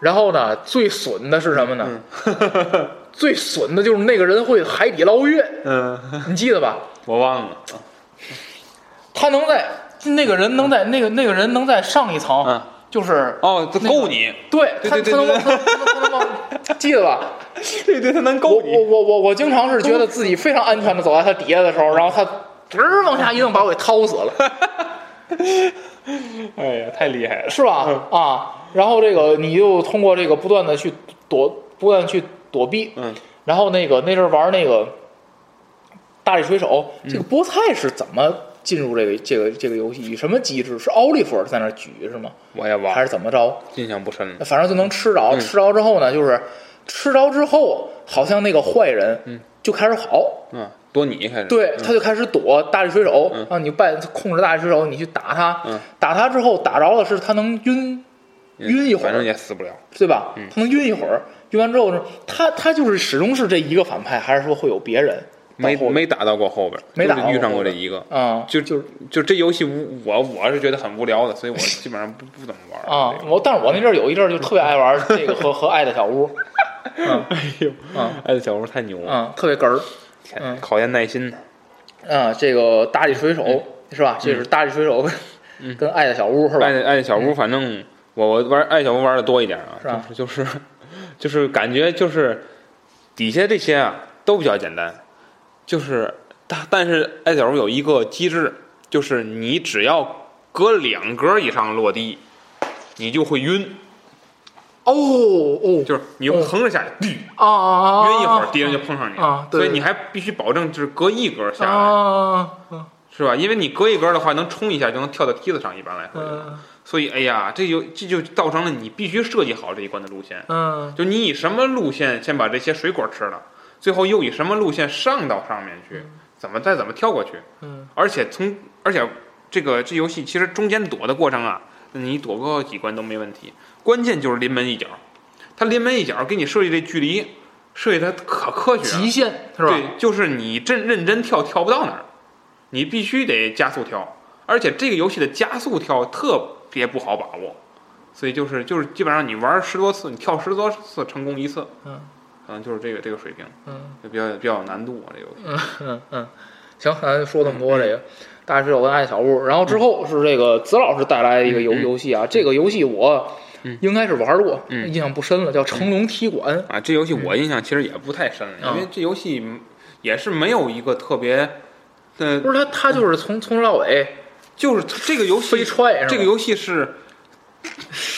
Speaker 1: 然后呢，最损的是什么呢？嗯 最损的就是那个人会海底捞月，
Speaker 3: 嗯，
Speaker 1: 你记得吧？
Speaker 3: 我忘了。
Speaker 1: 他能在那个人能在那个那个人能在上一层，
Speaker 3: 嗯
Speaker 1: 就是
Speaker 3: 哦，他
Speaker 1: 那个
Speaker 3: 够 你，
Speaker 1: 对他
Speaker 3: 对对
Speaker 1: 他能
Speaker 3: 对
Speaker 1: 他能他能往记得吧？
Speaker 3: 对对，他能
Speaker 1: 我
Speaker 3: 够
Speaker 1: 我
Speaker 3: 你。
Speaker 1: 我我我经常是觉得自己非常安全的走在他底下的时候，然后他直儿往下一弄把我给掏死了，
Speaker 3: 哎呀，太厉害了。
Speaker 1: 是吧？啊，然后这个你就通过这个不断的去躲，不断地去躲避，
Speaker 3: 嗯，
Speaker 1: 然后那个那阵儿玩那个大力水手，
Speaker 3: 嗯
Speaker 1: 这个菠菜是怎么进入这个这个这个游戏？以什么机制？是奥利弗在那儿举是吗？
Speaker 3: 我也忘
Speaker 1: 还
Speaker 3: 了，
Speaker 1: 是怎么着？
Speaker 3: 印象不深了。
Speaker 1: 反正就能吃着，
Speaker 3: 嗯
Speaker 1: 吃着之后呢，就是吃着之后，好像那个坏人就开始跑，
Speaker 3: 嗯，多你开始。
Speaker 1: 呃对，
Speaker 3: 嗯
Speaker 1: 他就开始躲大力水手，
Speaker 3: 嗯
Speaker 1: 啊，你扮控制大力水手，你去打他，
Speaker 3: 嗯
Speaker 1: 打他之后打着的是他能晕，晕一会儿
Speaker 3: 反正也死不了。
Speaker 1: 对吧？
Speaker 3: 嗯
Speaker 1: 他能晕一会儿，晕完之后呢，他他就是始终是这一个反派，还是说会有别人到
Speaker 3: 没
Speaker 1: 后面
Speaker 3: 没打到过后边儿，
Speaker 1: 没打到
Speaker 3: 就
Speaker 1: 过
Speaker 3: 是遇上
Speaker 1: 后
Speaker 3: 过这
Speaker 1: 边
Speaker 3: 一个，
Speaker 1: 啊
Speaker 3: 就就就这游戏无我我是觉得很无聊的，所以我基本上不不怎么玩儿
Speaker 1: 啊
Speaker 3: 这！个
Speaker 1: 我但是我那阵儿有一阵儿就特别爱玩 这个和和爱的小屋，
Speaker 3: 哎，小屋太牛了，
Speaker 1: 啊啊，特别哏儿，
Speaker 3: 天
Speaker 1: 嗯
Speaker 3: 考验耐心呢。
Speaker 1: 啊，这个大力水手
Speaker 3: 嗯
Speaker 1: 是吧？这是大力水手跟 跟爱的小屋是吧？嗯
Speaker 3: 爱爱小屋，反正我我玩爱小屋玩的多一点啊
Speaker 1: 是吧，
Speaker 3: 就是就是就是感觉就是底下这些啊都比较简单，就是但但是爱小屋有一个机制，就是你只要隔两格以上落地，你就会晕，
Speaker 1: 哦哦，
Speaker 3: 就是你就横着下去，滴
Speaker 1: 啊啊啊！
Speaker 3: 晕一会儿，敌人就碰上你了
Speaker 1: 啊对
Speaker 3: 所以你还必须保证就是隔一格下来，
Speaker 1: 啊，嗯
Speaker 3: 是吧？因为你隔一格的话，能冲一下就能跳到梯子上，一般来说。
Speaker 1: 嗯
Speaker 3: 所以，哎呀，这就这就造成了你必须设计好这一关的路线，
Speaker 1: 嗯
Speaker 3: 就你以什么路线先把这些水果吃了，最后又以什么路线上到上面去，怎么再怎么跳过去。
Speaker 1: 嗯，
Speaker 3: 而且从而且这个这游戏其实中间躲的过程啊，你躲过几关都没问题，关键就是临门一脚。他临门一脚给你设计这距离，设计的可科学了，
Speaker 1: 极限是吧？
Speaker 3: 对，就是你真认真跳跳不到哪儿，你必须得加速跳，而且这个游戏的加速跳特别不好把握，所以就是就是基本上你玩十多次，你跳十多次成功一次，
Speaker 1: 嗯，
Speaker 3: 可能就是这个这个水平，
Speaker 1: 嗯，
Speaker 3: 就比较比较有难度啊，这个游戏，
Speaker 1: 嗯，嗯，行，咱就说这么多这个大水手跟爱小屋，然后之后是这个子老师带来一个游
Speaker 3: 嗯嗯嗯
Speaker 1: 游戏啊，这个游戏我应该是玩过，
Speaker 3: 嗯
Speaker 1: 印象不深了，叫《成龙踢馆》。
Speaker 3: 啊，这游戏我印象其实也不太深了，
Speaker 1: 嗯
Speaker 3: 因为这游戏也是没有一个特别，呃，
Speaker 1: 不是他，他就是从从头到尾
Speaker 3: 就是这个游戏
Speaker 1: 飞踹是吧
Speaker 3: 这个游戏是，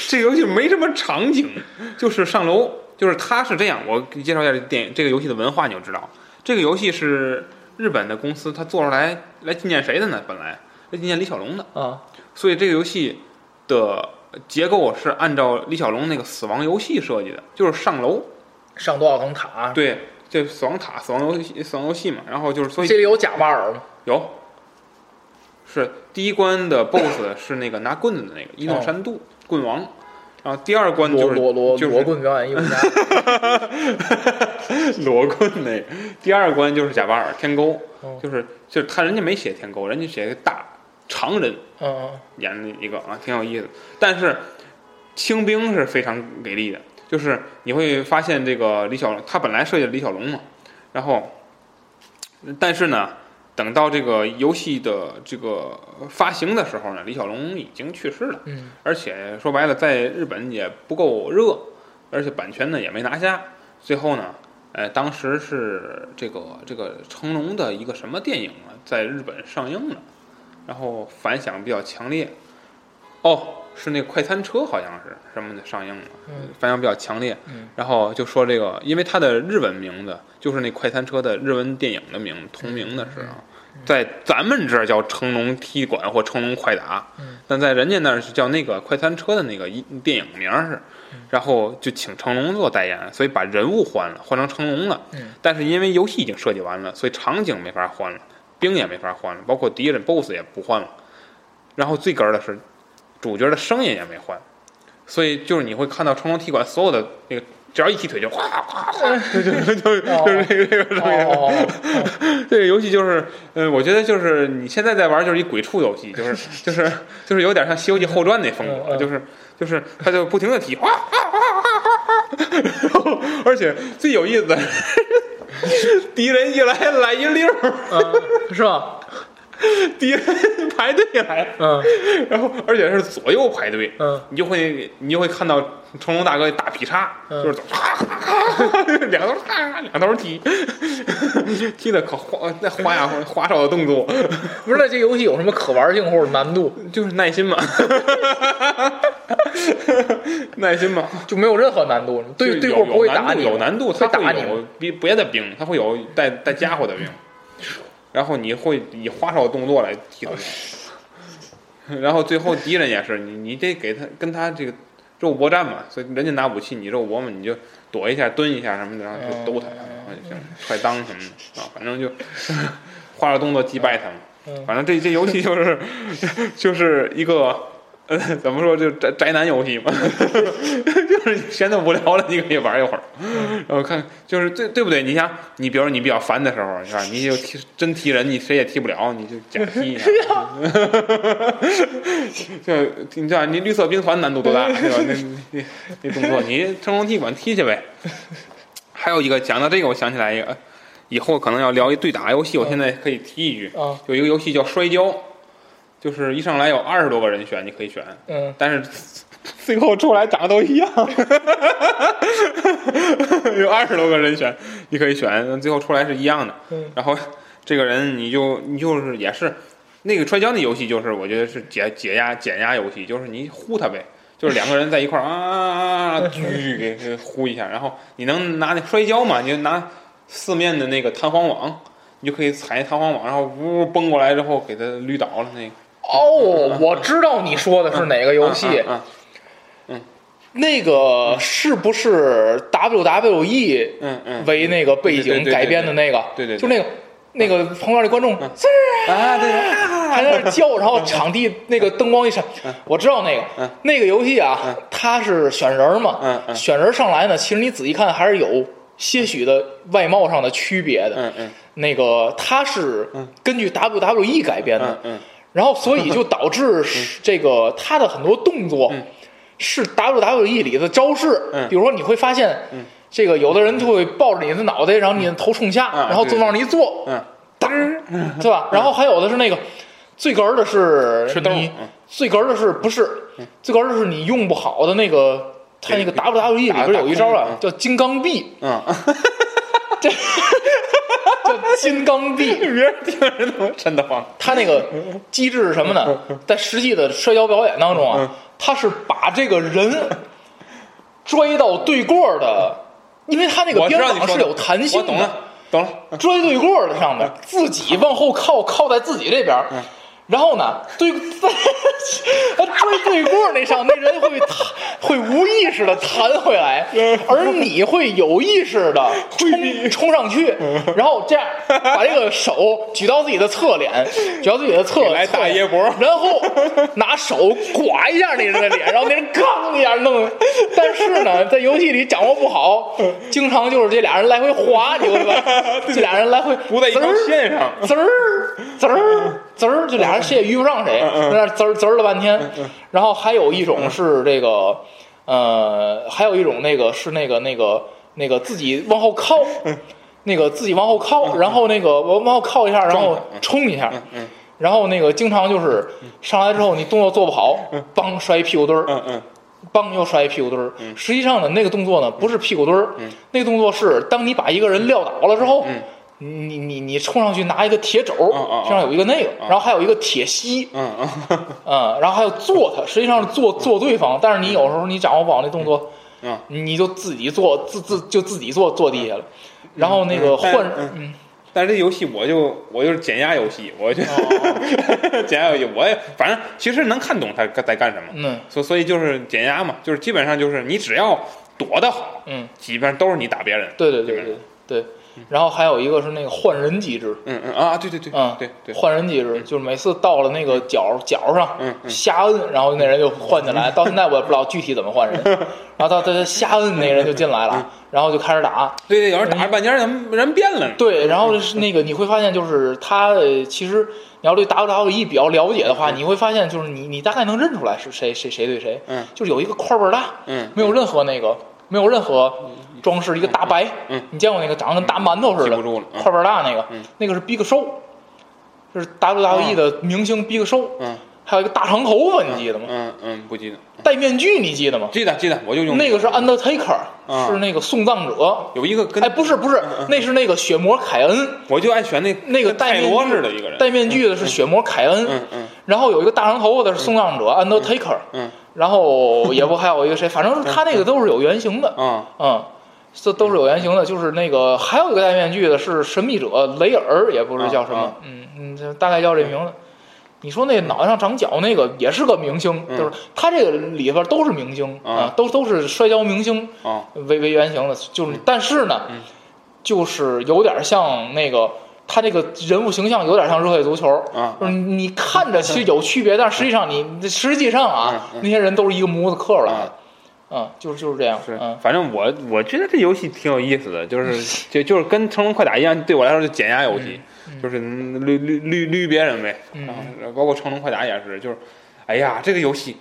Speaker 3: 这个游戏没什么场景，
Speaker 1: 嗯
Speaker 3: 就是上楼，就是它是这样，我给你介绍一下这电这个游戏的文化，你就知道，这个游戏是日本的公司它做出来来纪念谁的呢？本来来纪念李小龙的，
Speaker 1: 啊，
Speaker 3: 所以这个游戏的结构是按照李小龙那个死亡游戏设计的，就是上楼，
Speaker 1: 上多少层塔？
Speaker 3: 对，这死亡塔、死亡游戏、死亡游戏嘛，然后就是所以
Speaker 1: 这里有贾巴尔吗？
Speaker 3: 有，是第一关的 BOSS 是那个拿棍子的那个伊弄山度、棍王，然后第二关
Speaker 1: 罗
Speaker 3: 就是
Speaker 1: 哦罗罗
Speaker 3: 就是
Speaker 1: 罗棍表演艺术家
Speaker 3: 罗棍那个，第二关就是贾巴尔天勾
Speaker 1: 哦，
Speaker 3: 就是就是他人家没写天勾，人家写个大常人
Speaker 1: 嗯，
Speaker 3: 演的一个啊，挺有意思。但是清兵是非常给力的，就是你会发现这个李小龙，他本来设计的李小龙嘛，然后，但是呢，等到这个游戏的这个发行的时候呢，李小龙已经去世了，
Speaker 1: 嗯，
Speaker 3: 而且说白了，在日本也不够热，而且版权呢也没拿下，最后呢。呃，当时是这个这个成龙的一个什么电影啊，在日本上映了，然后反响比较强烈。哦，是那个快餐车好像是什么的上映了，
Speaker 1: 嗯
Speaker 3: 反响比较强烈。
Speaker 1: 嗯
Speaker 3: 然后就说这个，因为它的日文名字就是那快餐车的日文电影的名字同名的是
Speaker 1: 嗯
Speaker 3: 啊，在咱们这儿叫成龙踢馆或成龙快打，
Speaker 1: 嗯
Speaker 3: 但在人家那儿是叫那个快餐车的那个一电影名儿是。
Speaker 1: 嗯
Speaker 3: 然后就请成龙做代言，所以把人物换了，换成成龙了。
Speaker 1: 嗯
Speaker 3: 但是因为游戏已经设计完了，所以场景没法换了，兵也没法换了，包括敌人 BOSS 也不换了。然后最哏儿的是，主角的声音也没换，所以就是你会看到成龙踢馆所有的那个，只要一踢腿就哗哗哗， 就就就就是这个这个声音。
Speaker 1: 哦，
Speaker 3: 这个游戏就是，呃，我觉得就是你现在在玩就是一鬼畜游戏，就是就是就是有点像《西游记后传》那风格，
Speaker 1: 嗯嗯
Speaker 3: 就是就是他就不停的踢，哗哗哗哗 哗，然后而且最有意思的是， 敌人一来来一溜儿，
Speaker 1: 嗯，是吧？
Speaker 3: 敌人 排队来，
Speaker 1: 嗯
Speaker 3: 然后而且是左右排队，
Speaker 1: 嗯
Speaker 3: 你就会你就会看到成龙大哥大劈叉，
Speaker 1: 嗯
Speaker 3: 就是走，哈哈哈哈两头啪，两头踢， 踢的可花那花样花哨的动作，
Speaker 1: 不是，那这游戏有什么可玩性或者难度？
Speaker 3: 就是耐心嘛， 耐心嘛，
Speaker 1: 就没有任何难度。对
Speaker 3: 就是
Speaker 1: 对
Speaker 3: 有
Speaker 1: 过不会
Speaker 3: 有难
Speaker 1: 打
Speaker 3: 度
Speaker 1: 你，
Speaker 3: 有难度，
Speaker 1: 会
Speaker 3: 他
Speaker 1: 打
Speaker 3: 会
Speaker 1: 你吗
Speaker 3: 有别别的兵，他会有带带家伙的兵，然后你会以花哨的动作来踢他们， 然后最后敌人也是你，你得给他跟他这个肉搏战嘛，所以人家拿武器，你肉搏嘛，你就躲一下、蹲一下什么的，然后
Speaker 1: 哦
Speaker 3: 就兜他，然后就行，踹裆什么的啊，反正 就花哨动作击败他们。
Speaker 1: 嗯
Speaker 3: 反正这这游戏就是 就是一个。呃， 怎么说就宅宅男游戏嘛， 就是你闲的无聊了，你可以玩一会儿，然后看就是对对不对？你想，你比如说你比较烦的时候，是吧？你就踢真踢人，你谁也踢不了，你就假踢一下。 就你知道，你绿色兵团难度多大，对吧？那那那动作，你成龙踢馆踢去呗。还有一个讲到这个，我想起来一个，以后可能要聊一对打游戏，我现在可以提一句，
Speaker 1: 啊，
Speaker 3: 有一个游戏叫摔跤，就是一上来有二十多个人选，你可以选，
Speaker 1: 嗯，
Speaker 3: 但是最后出来长得都一样， 有二十多个人选，你可以选，最后出来是一样的。
Speaker 1: 嗯
Speaker 3: 然后这个人你就你就是也是那个摔跤那游戏，就是我觉得是解解压减压游戏，就是你呼他呗。就是两个人在一块儿啊啊啊啊，举给给呼一下，然后你能拿那摔跤嘛？你就拿四面的那个弹簧网，你就可以踩弹簧网，然后呜蹦过来之后给他捋倒了那个
Speaker 1: 哦，我知道你说的是哪个游戏
Speaker 3: 啊，啊啊
Speaker 1: 那个是不是 WWE
Speaker 3: 嗯嗯，
Speaker 1: 为那个背景
Speaker 3: 对对对对
Speaker 1: 改编的那个？
Speaker 3: 对对对嗯
Speaker 1: 就那个那个旁边的观众滋儿
Speaker 3: 啊对。
Speaker 1: 还在那儿叫，然后场地那个灯光一闪，我知道那
Speaker 3: 嗯
Speaker 1: 个那个游戏啊，它是选人
Speaker 3: 嗯
Speaker 1: 嘛，
Speaker 3: 嗯
Speaker 1: 选人上来呢，其实你仔细看还是有些许的外貌上的区别的，
Speaker 3: 嗯嗯
Speaker 1: 那个它是根据 WWE 改编的
Speaker 3: 嗯，嗯
Speaker 1: 然后所以就导致这个它的很多动作
Speaker 3: 嗯
Speaker 1: 是 WWE 里的招式，
Speaker 3: 嗯
Speaker 1: 比如说你会发现，这个有的人就会抱着你的脑袋，然后你的头冲下，
Speaker 3: 啊
Speaker 1: 然后
Speaker 3: 对
Speaker 1: 坐往那一坐，
Speaker 3: 嗯
Speaker 1: 当， 对吧？然后还有的是那个最哏儿的是
Speaker 3: 吃豆儿
Speaker 1: 你
Speaker 3: 嗯
Speaker 1: 最哏儿的是不是最哏儿的是你用不好的那个。他那个 WWE 里边有一招
Speaker 3: 打打空
Speaker 1: 啊
Speaker 3: 嗯，
Speaker 1: 叫金 刚臂，
Speaker 3: 嗯，
Speaker 1: 叫金刚 臂。
Speaker 3: 别人听着都真的慌。
Speaker 1: 他那个机制是什么呢？在实际的摔跤表演当中啊，他是把这个人拽到对过的，因为他那个
Speaker 3: 我知
Speaker 1: 边
Speaker 3: 道你
Speaker 1: 挡
Speaker 3: 说
Speaker 1: 是
Speaker 3: 的
Speaker 1: 有弹性
Speaker 3: 我
Speaker 1: 的，
Speaker 3: 懂了，懂了。
Speaker 1: 追对过的上面，自己往后靠，靠在自己这边儿。
Speaker 3: 嗯
Speaker 1: 然后呢，对， 追对过那上，那人会弹会无意识的弹回来，
Speaker 3: 嗯
Speaker 1: 而你会有意识 的冲冲上去，
Speaker 3: 嗯
Speaker 1: 然后这样把这个手举到自己的侧脸，举到自己的侧
Speaker 3: 来
Speaker 1: 侧
Speaker 3: 大
Speaker 1: 脸
Speaker 3: 爷脖
Speaker 1: 然后拿手刮一下那人的脸，然后那人咣一下弄。但是呢，在游戏里掌握不好，经常就是这俩人来回滑，你 会发现这俩人来回
Speaker 3: 不在一条线上
Speaker 1: 滋儿滋儿滋儿，就俩人谁也遇不上谁，在那儿滋儿滋儿了半天。然后还有一种是这个，呃，还有一种那个是那个那个那个自己往后靠，那个自己往后靠，然后那个往往后靠一下，然后冲嗯一下。嗯然后那个经常就是上来之后你动作做不好，梆摔一屁股墩儿，
Speaker 3: 嗯嗯
Speaker 1: 梆又摔一屁股墩儿。实际上呢，那个动作呢不是屁股墩儿，
Speaker 3: 嗯
Speaker 1: 那个动作是当你把一个人撂倒了之后，你你你冲上去拿一个铁肘，
Speaker 3: 嗯嗯
Speaker 1: 身上有一个那个，然后还有一个铁膝，
Speaker 3: 嗯嗯，
Speaker 1: 嗯，然后还有坐他，实际上是坐坐对方，但是你有时候你掌握不好那动作，
Speaker 3: 嗯
Speaker 1: 你就自己坐自自就自己坐坐地下了。然后那个换，
Speaker 3: 嗯
Speaker 1: 嗯，
Speaker 3: 但是这游戏我就我就是减压游戏，我就 减压游戏，我也反正其实能看懂他在干什么，
Speaker 1: 嗯
Speaker 3: 所所以就是减压嘛，就是基本上就是你只要躲得好，
Speaker 1: 嗯，
Speaker 3: 基本上都是你打别人。
Speaker 1: 对对
Speaker 3: 基
Speaker 1: 对
Speaker 3: 本上
Speaker 1: 对对，然后还有一个是那个换人机制，
Speaker 3: 嗯嗯啊，对对对，
Speaker 1: 啊，
Speaker 3: 对对，
Speaker 1: 换人机制，就是每次到了那个角角上，
Speaker 3: 嗯嗯
Speaker 1: 瞎摁，然后那人就换进来。到现在我也不知道具体怎么换 人，然后他他他瞎摁，那人就进来
Speaker 3: 嗯
Speaker 1: 了，然后就开始打。
Speaker 3: 对对，有人打着半截儿，人人变了呢。
Speaker 1: 对，然后是那个你会发现，就是他呃其实你要对 WWE 比较了解的话，你会发现就是你你大概能认出来是谁谁谁对谁，
Speaker 3: 嗯
Speaker 1: 就是有一个块儿倍儿大，
Speaker 3: 嗯
Speaker 1: 没有任何那个没有任何装饰，一个大白，
Speaker 3: 嗯
Speaker 1: 你见过那个长得跟大馒头似
Speaker 3: 记
Speaker 1: 的，
Speaker 3: 不住了嗯
Speaker 1: 块儿倍儿大那个，
Speaker 3: 嗯
Speaker 1: 那个是 Big Show，就是 WWE 的明星 Big Show，、
Speaker 3: 嗯，
Speaker 1: 还有一个大长头发，你记得吗？
Speaker 3: 嗯嗯，不记得，
Speaker 1: 戴面具，你记得吗？
Speaker 3: 记得记得，我就用
Speaker 1: 那个是 Undertaker，、
Speaker 3: 嗯
Speaker 1: 是那个送葬者。
Speaker 3: 有一个跟嗯
Speaker 1: 哎，不是不是，那是那个血魔凯恩，
Speaker 3: 我就爱选那
Speaker 1: 那个
Speaker 3: 跟
Speaker 1: 戴
Speaker 3: 泰
Speaker 1: 面
Speaker 3: 罗
Speaker 1: 具
Speaker 3: 似的一个人，
Speaker 1: 戴面具的是血魔凯恩，
Speaker 3: 嗯嗯
Speaker 1: 然后有一个大长头发的是送葬者 Undertaker，
Speaker 3: 嗯
Speaker 1: 然后也不还有一个谁，反正他那个都是有原型的，
Speaker 3: 啊
Speaker 1: 嗯，这都是有原型的。就是那个还有一个戴面具的是神秘者雷尔，也不知叫
Speaker 3: 啊
Speaker 1: 什么
Speaker 3: 啊，
Speaker 1: 嗯嗯，这大概叫这名字。你说那脑袋上长角那个也是个明星，
Speaker 3: 嗯
Speaker 1: 就是他这个里边都是明星
Speaker 3: 啊
Speaker 1: 啊，都都是摔跤明星
Speaker 3: 啊
Speaker 1: 为为原型的，就是但是呢
Speaker 3: 嗯，
Speaker 1: 就是有点像那个。他这个人物形象有点像热血足球，
Speaker 3: 啊
Speaker 1: 就是你看着其实有区别，但实际上你实际上啊，
Speaker 3: 嗯嗯
Speaker 1: 那些人都是一个模子刻出来的
Speaker 3: 啊，
Speaker 1: 嗯，就是就是这样，
Speaker 3: 是
Speaker 1: 嗯，，
Speaker 3: 反正我我觉得这游戏挺有意思的， 就是就就是跟《乘龙快打》一样，对我来说是减压游戏，就是捋捋捋捋别人呗，
Speaker 1: 嗯
Speaker 3: 啊包括《乘龙快打》也是，就是哎呀，这个游戏。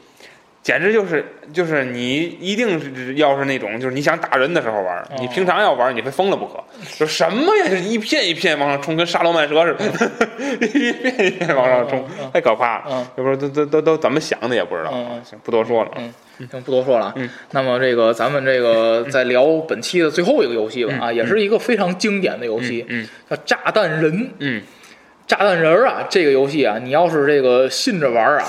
Speaker 3: 简直就是就是你一定是要是那种就是你想打人的时候玩儿，
Speaker 1: 哦
Speaker 3: 你平常要玩儿你非疯了不可。 就什么呀，就是一片一片往上冲，跟沙罗曼蛇似的， 一片一片往上冲
Speaker 1: 嗯嗯，
Speaker 3: 太可怕了。
Speaker 1: 嗯
Speaker 3: 也不知道都都都都怎么想的也不知道
Speaker 1: 嗯
Speaker 3: 啊
Speaker 1: 嗯。
Speaker 3: 行，不多说了。
Speaker 1: 嗯行，不多说了啊。
Speaker 3: 嗯
Speaker 1: 那么这个咱们这个再聊本期的最后一个游戏吧，啊，也是一个非常经典的游戏，
Speaker 3: 嗯
Speaker 1: 叫《炸弹人》。
Speaker 3: 嗯
Speaker 1: 炸弹人儿啊，这个游戏啊，你要是这个信着玩儿啊，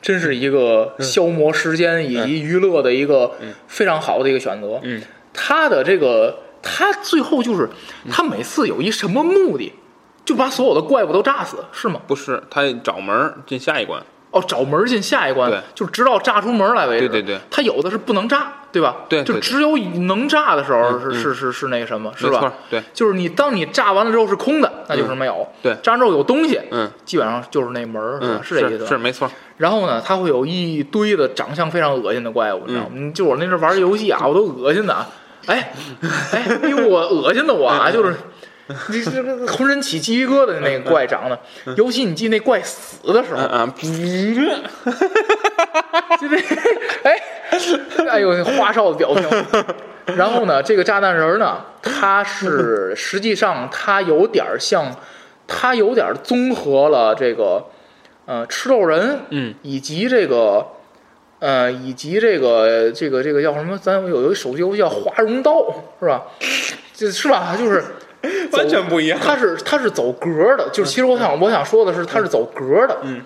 Speaker 1: 真是一个
Speaker 3: 嗯
Speaker 1: 消磨时间以及娱乐的一个非常好的一个选择。
Speaker 3: 嗯
Speaker 1: 它的这个，它最后就是它
Speaker 3: 嗯
Speaker 1: 每次有一什么目的，就把所有的怪物都炸死，是吗？
Speaker 3: 不是，他找门儿进下一关。
Speaker 1: 哦，找门儿进下一关
Speaker 3: 对，
Speaker 1: 就是直到炸出门儿来为止。
Speaker 3: 对对对
Speaker 1: 它有的是不能炸，对吧？
Speaker 3: 对对
Speaker 1: 就
Speaker 3: 对
Speaker 1: 只有能炸的时候是
Speaker 3: 嗯
Speaker 1: 是是是那个什么，是
Speaker 3: 没错
Speaker 1: 吧？
Speaker 3: 对，
Speaker 1: 就是你当你炸完了之后是空的，那就是没有。
Speaker 3: 对
Speaker 1: 炸完之后有东西，
Speaker 3: 嗯，
Speaker 1: 基本上就是那门儿，吧
Speaker 3: 嗯，
Speaker 1: 是这意思吧。
Speaker 3: 是没错。
Speaker 1: 然后呢，它会有一堆的长相非常恶心的怪物，你知道吗？
Speaker 3: 嗯
Speaker 1: 嗯就我那阵玩这游戏啊，我都恶心的啊，哎哎，因为我恶心的我
Speaker 3: 嗯
Speaker 1: 啊，就是。你这个浑身起鸡皮疙瘩的那个怪长的，尤其你记那怪死的时候
Speaker 3: 嗯，嗯，噗
Speaker 1: 就这， 哎，哎呦，花哨的表情。然后呢，这个炸弹人呢，他是实际上他有点儿像，他有点儿综合了这个，呃，吃豆人，
Speaker 3: 嗯，
Speaker 1: 以及这个，呃，以及这个这个这个叫什么？咱有一个手机游戏叫《华容道》，是吧？ 这是吧？就是。
Speaker 3: 嗯完全不一样
Speaker 1: 它是它是走格儿的，就是其实我想、我想说的是，它是走格儿的，
Speaker 3: 嗯，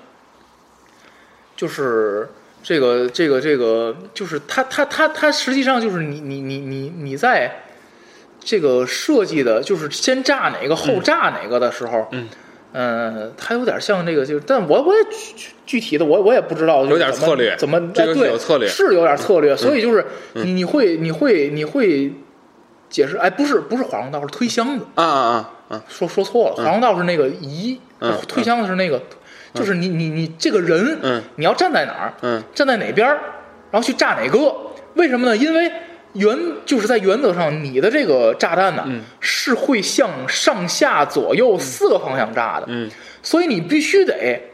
Speaker 1: 就是这个这个这个，就是它它它它实际上就是你你你你你在这个设计的，就是先炸哪个后炸哪个的时候，
Speaker 3: 嗯。
Speaker 1: 呃，它有点像这个，就是，但我我也具具具体的，我我也不知道，就是
Speaker 3: 有点
Speaker 1: 怎么
Speaker 3: 策略
Speaker 1: 怎么
Speaker 3: 这
Speaker 1: 哎
Speaker 3: 个是
Speaker 1: 对
Speaker 3: 有策略嗯
Speaker 1: 是有点策略，所以就是你你会你会你会解释，哎，不是不是华容道，是推箱子，
Speaker 3: 啊啊啊啊！
Speaker 1: 说说错了，华容道是那个移，
Speaker 3: 嗯
Speaker 1: 推箱子是那个，就是你你你这个人，
Speaker 3: 嗯
Speaker 1: 你要站在哪儿，
Speaker 3: 嗯
Speaker 1: 站在哪边儿，然后去炸哪个？为什么呢？因为原就是在原则上，你的这个炸弹呢、
Speaker 3: 嗯
Speaker 1: 是会向上下左右四个方向炸的，
Speaker 3: 嗯
Speaker 1: 所以你必须得。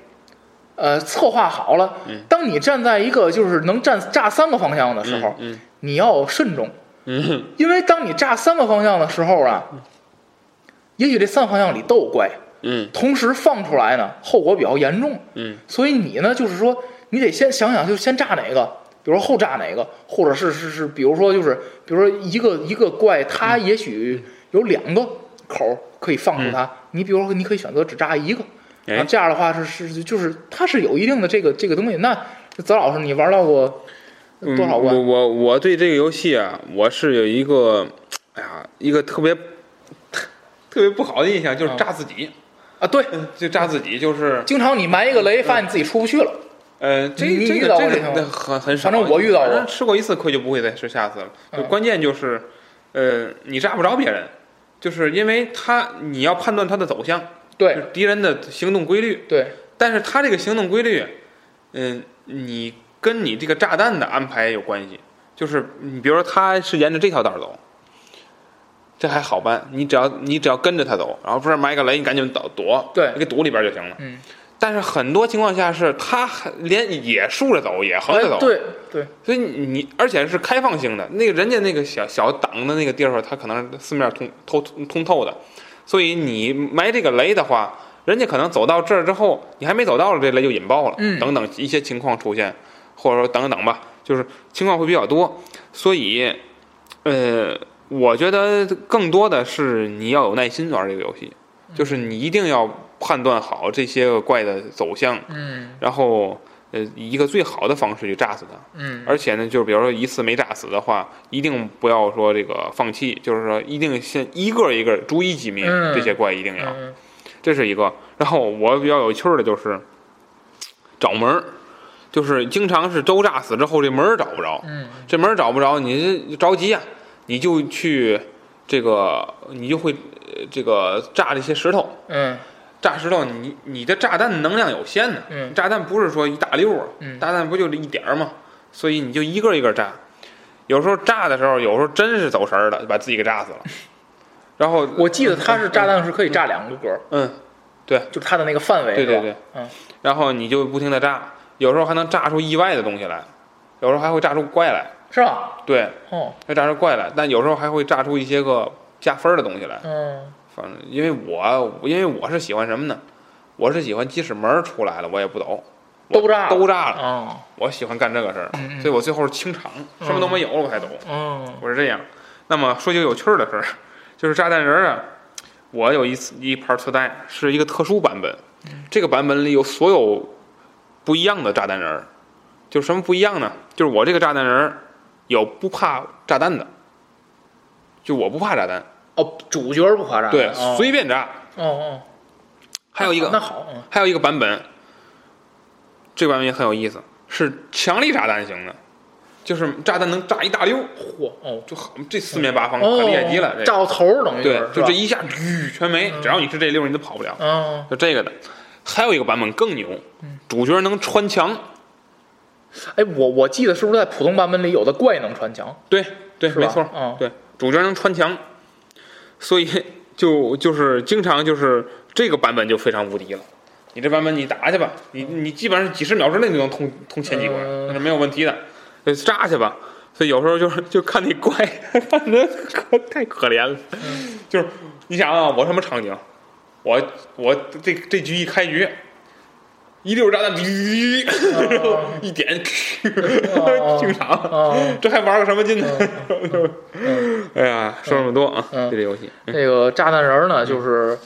Speaker 1: 呃，策划好了。
Speaker 3: 嗯
Speaker 1: 当你站在一个就是能站炸三个方向的时候，
Speaker 3: 嗯嗯
Speaker 1: 你要慎重，
Speaker 3: 嗯
Speaker 1: 因为当你炸三个方向的时候啊，也许这三个方向里都有怪，
Speaker 3: 嗯
Speaker 1: 同时放出来呢，后果比较严重。
Speaker 3: 嗯
Speaker 1: 所以你呢，就是说你得先想想，就先炸哪个，比如说后炸哪个，或者是是是，比如说就是，比如说一个一个怪，它
Speaker 3: 嗯
Speaker 1: 也许有两个口儿可以放出它，你比如说你可以选择只炸一个，
Speaker 3: 嗯哎
Speaker 1: 然后这样的话是是就是它是有一定的这个这个东西。那泽老师，你玩到过
Speaker 3: 嗯，
Speaker 1: 多少关？
Speaker 3: 我我我对这个游戏啊，我是有一个，哎呀，一个特别特别不好的印象，就是炸自己，
Speaker 1: 啊，对，
Speaker 3: 就炸自己，就是
Speaker 1: 经常你埋一个雷，发现自己出不去了。
Speaker 3: 呃，这
Speaker 1: 你
Speaker 3: 这
Speaker 1: 遇
Speaker 3: 个
Speaker 1: 到过
Speaker 3: 这
Speaker 1: 这种
Speaker 3: 个很很少，
Speaker 1: 反正我遇到过
Speaker 3: 反正吃过一次亏就不会再吃下次了。就
Speaker 1: 嗯
Speaker 3: 关键就是，呃，你炸不着别人，就是因为他你要判断他的走向，就
Speaker 5: 对
Speaker 3: 是敌人的行动规律，
Speaker 5: 对
Speaker 3: 但是他这个行动规律，嗯，你跟你这个炸弹的安排有关系。就是你比如说他是沿着这条道儿走，这还好办，你只要你只要跟着他走，然后不是埋个雷，你赶紧躲躲，
Speaker 5: 对
Speaker 3: 你给堵里边儿就行了。
Speaker 5: 嗯。
Speaker 3: 但是很多情况下是他还连也竖着走，也横着走，
Speaker 5: 哎对对
Speaker 3: 所以你你而且是开放性的，那个人家那个小小挡的那个地方，它可能是四面通透通透的，所以你埋这个雷的话，人家可能走到这儿之后，你还没走到了，这雷就引爆了，
Speaker 5: 嗯
Speaker 3: 等等一些情况出现，或者说等等吧，就是情况会比较多，所以，呃，我觉得更多的是你要有耐心玩这个游戏，就是你一定要判断好这些个怪的走向，
Speaker 5: 嗯
Speaker 3: 然后呃，以一个最好的方式去炸死它。
Speaker 5: 嗯
Speaker 3: 而且呢，就是比如说一次没炸死的话，一定不要说这个放弃，就是说一定先一个一个逐一击灭、
Speaker 5: 嗯
Speaker 3: 这些怪，一定要，
Speaker 5: 嗯
Speaker 3: 这是一个。然后我比较有趣儿的就是找门儿，就是经常是都炸死之后这门儿找不着，
Speaker 5: 嗯
Speaker 3: 这门儿找不着你这着急呀、你就去这个你就会呃这个炸这些石头，
Speaker 5: 嗯
Speaker 3: 炸石头，你你的炸弹能量有限呢。
Speaker 5: 嗯
Speaker 3: 炸弹不是说一大溜啊，
Speaker 5: 嗯
Speaker 3: 炸弹不就一点儿吗？所以你就一个一个炸。有时候炸的时候，有时候真是走神儿了，把自己给 炸死了。然后
Speaker 5: 我记得它是炸弹是可以炸两个格儿，
Speaker 3: 嗯，
Speaker 5: 就是它的那个范围。
Speaker 3: 对对
Speaker 5: 是吧
Speaker 3: 对，
Speaker 5: 嗯，
Speaker 3: 然后你就不停的炸，有时候还能炸出意外的东西来，有时候还会炸出怪来，
Speaker 5: 是吧？
Speaker 3: 对，
Speaker 5: 哦，
Speaker 3: 会炸出怪来，但有时候还会炸出一些个加分儿的东西来。
Speaker 5: 嗯
Speaker 3: 反正因为我因为我是喜欢什么呢？我是喜欢即使门儿出来了，我也不走，我
Speaker 5: 都炸了
Speaker 3: 都炸了。
Speaker 5: 哦
Speaker 3: 我喜欢干这个事儿，
Speaker 5: 嗯嗯
Speaker 3: 所以我最后是清场，什么都没有我才走，
Speaker 5: 嗯
Speaker 3: 我是这样。那么说几个有趣儿的事儿，就是炸弹人儿啊，我有一次一盘磁带是一个特殊版本，
Speaker 5: 嗯
Speaker 3: 这个版本里有所有不一样的炸弹人儿，就是什么不一样呢？就是我这个炸弹人儿有不怕炸弹的，就我不怕炸弹，
Speaker 5: 哦，主角不夸张。
Speaker 3: 对，
Speaker 5: 哦
Speaker 3: 随便炸。
Speaker 5: 哦哦，
Speaker 3: 还有一
Speaker 5: 那
Speaker 3: 个
Speaker 5: 好，嗯
Speaker 3: 还有一个版本，这个版本也很有意思，是强力炸弹型的，就是炸弹能炸一大溜儿。
Speaker 5: 嚯哦
Speaker 3: 就很这四面八方
Speaker 5: 哦，
Speaker 3: 可厉害极了，这
Speaker 5: 炸
Speaker 3: 个
Speaker 5: 到头儿等于
Speaker 3: 对，
Speaker 5: 是
Speaker 3: 就
Speaker 5: 吧
Speaker 3: 这一下吁全没，只要你是这溜儿，你都跑不了。
Speaker 5: 嗯
Speaker 3: 就这个的，还有一个版本更牛，主角能穿墙，
Speaker 5: 哎，我我记得是不是在普通版本里有的怪能穿墙？
Speaker 3: 对对，
Speaker 5: 是吧
Speaker 3: 没错
Speaker 5: 嗯，
Speaker 3: 对，主角能穿墙，所以就就是经常就是这个版本就非常无敌了。你这版本你打去吧，你你基本上几十秒之内就能通通前几关，
Speaker 5: 嗯
Speaker 3: 那是没有问题的，就呃炸去吧。所以有时候就是就看那怪， 看着可太可怜了。嗯就是你想啊，我什么场景？我我这这局一开局，一溜炸弹，滴然后 一点， 清场。
Speaker 5: 哦，
Speaker 3: 这还玩个什么劲呢？嗯 哎呀，说这么多啊，
Speaker 5: 嗯
Speaker 3: 对这游戏，
Speaker 5: 那个炸弹人儿呢，就是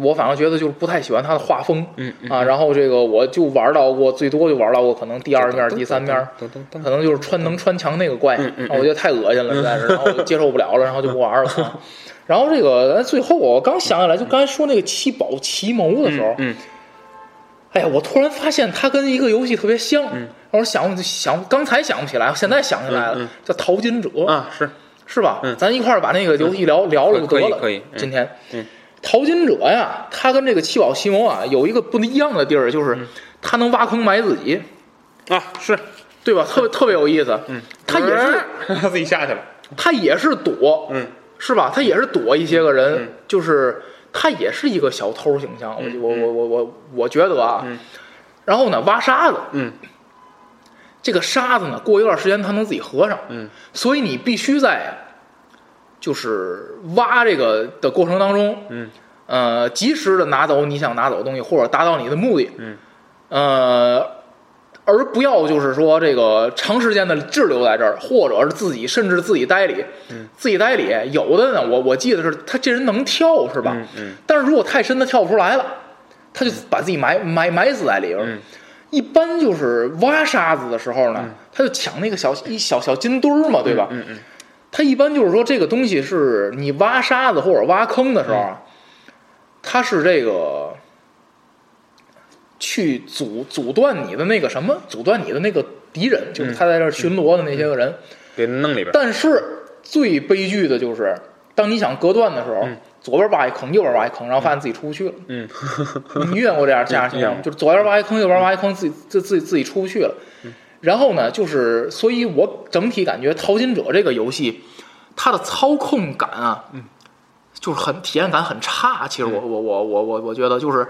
Speaker 5: 我反正觉得就是不太喜欢他的画风
Speaker 3: 嗯嗯，
Speaker 5: 啊。然后这个我就玩到过，最多就玩到过可能第二面、第三面，
Speaker 3: 噔噔噔
Speaker 5: 可能就是穿能穿墙那个怪，
Speaker 3: 嗯嗯嗯
Speaker 5: 啊我觉得太恶心了，实在是，然后我就接受不了了，然后就不玩了。 啊然后这个哎最后我刚想起来，就刚才说那个七宝奇谋的时候，
Speaker 3: 嗯，
Speaker 5: 哎呀，我突然发现它跟一个游戏特别像，
Speaker 3: 嗯
Speaker 5: 然后我想想，刚才想不起来，现在想起来了，
Speaker 3: 嗯嗯
Speaker 5: 叫《淘金者》
Speaker 3: 啊是，
Speaker 5: 是吧？
Speaker 3: 嗯
Speaker 5: 咱一块儿把那个游戏聊、聊了就
Speaker 3: 可以
Speaker 5: 得了。
Speaker 3: 可以嗯
Speaker 5: 今天，
Speaker 3: 嗯
Speaker 5: 淘金者呀，他跟这个七宝奇谋啊有一个不一样的地儿，就是
Speaker 3: 嗯
Speaker 5: 他能挖坑埋自己，
Speaker 3: 啊是，
Speaker 5: 对吧？特别特别有意思。嗯，他也 是
Speaker 3: 是自己下去了，
Speaker 5: 他也是躲，
Speaker 3: 嗯
Speaker 5: 是吧？他也是躲一些个人，
Speaker 3: 嗯
Speaker 5: 就是他也是一个小偷形象。
Speaker 3: 嗯
Speaker 5: 我我我我我我觉得啊，
Speaker 3: 嗯
Speaker 5: 然后呢，挖沙子，
Speaker 3: 嗯
Speaker 5: 这个沙子呢，过一段时间它能自己合上，
Speaker 3: 嗯
Speaker 5: 所以你必须在就是挖这个的过程当中，
Speaker 3: 嗯
Speaker 5: 呃，及时的拿走你想拿走的东西，或者达到你的目的，
Speaker 3: 嗯，
Speaker 5: 呃，而不要就是说这个长时间的滞留在这儿，或者是自己甚至自己呆里，嗯，自己呆里有的呢，我我记得是他这人能跳是吧？
Speaker 3: 嗯嗯
Speaker 5: 但是如果太深，他跳不出来了，他就把自己埋埋埋死在里边儿。
Speaker 3: 嗯
Speaker 5: 一般就是挖沙子的时候呢，他就抢那个小一小小金堆儿嘛，对吧？
Speaker 3: 嗯嗯
Speaker 5: 它一般就是说这个东西是你挖沙子或者挖坑的时候啊，
Speaker 3: 嗯
Speaker 5: 它是这个去阻阻断你的那个什么，阻断你的那个敌人，
Speaker 3: 嗯
Speaker 5: 就是他在这儿巡逻的那些个人。
Speaker 3: 给弄里边，
Speaker 5: 但是最悲剧的就是当你想隔断的时候，
Speaker 3: 嗯
Speaker 5: 左边挖一坑，右边挖一坑，然后发现自己出不去了。
Speaker 3: 嗯，
Speaker 5: 你遇见过这样这样
Speaker 3: 嗯
Speaker 5: 现象吗
Speaker 3: 嗯？
Speaker 5: 就是左边挖一坑，右边挖一坑，自己自自己自己出不去了。
Speaker 3: 嗯
Speaker 5: 然后呢，就是所以，我整体感觉《淘金者》这个游戏，它的操控感啊，
Speaker 3: 嗯
Speaker 5: 就是很体验感很差。其实我我我我我我觉得就是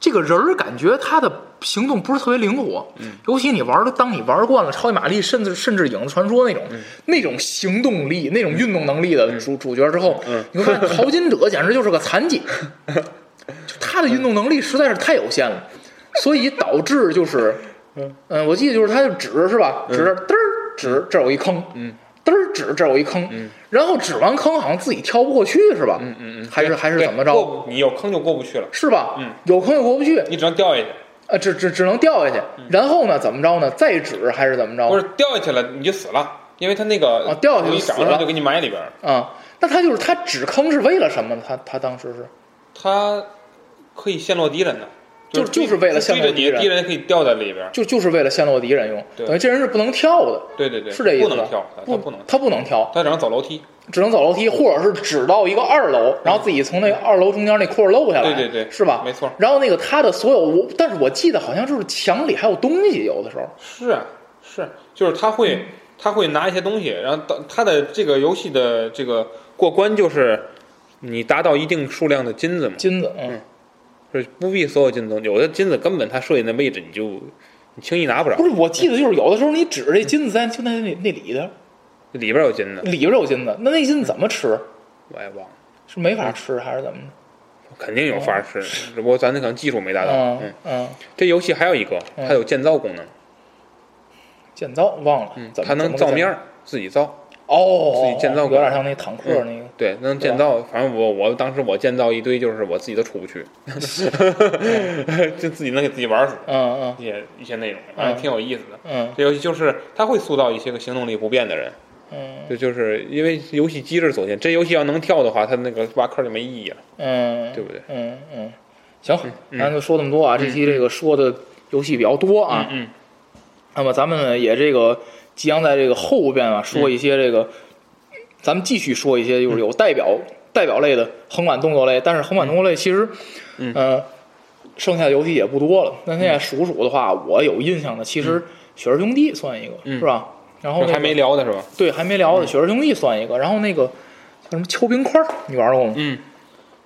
Speaker 5: 这个人儿感觉他的行动不是特别灵活，尤其你玩的当你玩惯了超级玛丽，甚至甚至影子传说那种、那种行动力、那种运动能力的主、主角之后，你会发现淘金者简直就是个残疾，就他的运动能力实在是太有限 了，所以导致就是，嗯、我记得就是他就指是吧，指着嘚儿指这儿有一坑，嗯。嘚儿指这儿有一坑，然后指完坑好像自己跳不过去是吧？嗯嗯嗯，还是还是
Speaker 3: 对
Speaker 5: 怎么着？
Speaker 3: 过不你有坑就过不去了，
Speaker 5: 是吧？
Speaker 3: 嗯，
Speaker 5: 有坑也过不去，
Speaker 3: 你只能掉下去。
Speaker 5: 呃，只只只能掉下去。然后呢，怎么着呢？再指还是怎么
Speaker 3: 嗯不
Speaker 5: 着？
Speaker 3: 是掉下去了你就死了，因为他那个
Speaker 5: 啊哦掉下去就
Speaker 3: 一
Speaker 5: 死
Speaker 3: 掌上
Speaker 5: 了
Speaker 3: 就给你埋里边儿。
Speaker 5: 啊，那他就是他指坑是为了什么呢？他他当时是
Speaker 3: 他可以陷落敌人的，
Speaker 5: 就就是为了陷落敌
Speaker 3: 敌
Speaker 5: 人
Speaker 3: 敌人可以掉在里边儿。
Speaker 5: 就就是为了陷落敌人用，
Speaker 3: 对
Speaker 5: 等于这人是不能跳的，
Speaker 3: 对对对，
Speaker 5: 是这意思
Speaker 3: 不
Speaker 5: 吧？
Speaker 3: 能跳，他他不能，
Speaker 5: 他不能跳，
Speaker 3: 他只能走楼梯。
Speaker 5: 只能走楼梯，或者是指到一个二楼，然后自己从那个二楼中间那块儿漏下来，
Speaker 3: 对对对
Speaker 5: 是吧？
Speaker 3: 没错
Speaker 5: 然后那个他的所有，我但是我记得好像就是墙里还有东西，有的时候
Speaker 3: 是啊，是啊，就是他会、
Speaker 5: 嗯
Speaker 3: 他会拿一些东西，然后到他的这个游戏的这个过关就是你达到一定数量的金子嘛，
Speaker 5: 金子，嗯，
Speaker 3: 就是不必所有金子，有的金子根本他设计那位置你就你轻易拿不着
Speaker 5: 不，是，我记得就是有的时候你指着这金子在就在那那里头，
Speaker 3: 里边有金子，
Speaker 5: 里边有金子，那那金子怎么吃？
Speaker 3: 我也忘了，
Speaker 5: 是没法吃还是怎么着？
Speaker 3: 肯定有法师，
Speaker 5: 哦
Speaker 3: 只不过咱那可能技术没达到。嗯
Speaker 5: 嗯，嗯，
Speaker 3: 这游戏还有一个，
Speaker 5: 哦
Speaker 3: 它有建造功能，
Speaker 5: 建造忘了，嗯怎
Speaker 3: 嗯
Speaker 5: 么
Speaker 3: 它能造面
Speaker 5: 怎么
Speaker 3: 儿，自己造。
Speaker 5: 个建哦，
Speaker 3: 自己建造
Speaker 5: 有
Speaker 3: 过嗯
Speaker 5: 点像那坦克那个，
Speaker 3: 对，能建造，反正我我当时我建造一堆，就是我自己都出不 去，就自己能给自己玩死
Speaker 5: 嗯
Speaker 3: 一些一些内容，反正挺有意思的。
Speaker 5: 嗯
Speaker 3: 这游戏就是它会塑造一些个行动力不便的人，
Speaker 5: 嗯
Speaker 3: 这就是因为游戏机制所限。这游戏要能跳的话，它那个挖坑就没意义了，
Speaker 5: 嗯，
Speaker 3: 对不嗯对？
Speaker 5: 嗯嗯，行，咱就说这么多啊，这期这个说的游戏比较多啊，
Speaker 3: 嗯
Speaker 5: 那么咱们呢也这个即将在这个后边
Speaker 3: 嗯
Speaker 5: 啊说一些这个，咱们继续说一些就是有代表代表类的横版动作类，但是横版动作类其实，
Speaker 3: 嗯
Speaker 5: 呃，剩下的游戏也不多了。那现在数数的话，我有印象的其实《雪儿兄弟》算一个，
Speaker 3: 嗯
Speaker 5: 是吧？然后
Speaker 3: 就
Speaker 5: 那个
Speaker 3: 还没嗯聊呢是吧？
Speaker 5: 对还没聊的《雪儿兄弟》算一个，然后那个叫什么敲冰块儿，你玩过吗？
Speaker 3: 嗯，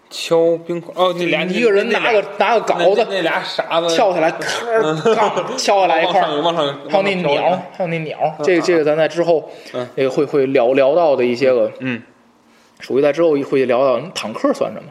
Speaker 3: 敲冰块哦，那俩
Speaker 5: 一个人拿个拿个镐
Speaker 3: 镐
Speaker 5: 子
Speaker 3: 那俩傻子
Speaker 5: 跳 下来，咔儿咔敲下来一块儿。
Speaker 3: 往上，
Speaker 5: 还有那鸟，还有那鸟，
Speaker 3: 嗯
Speaker 5: 这个这个咱在之后，那个会会聊聊到的一些个，
Speaker 3: 嗯，
Speaker 5: 属于在之后会聊到嗯坦克算什么？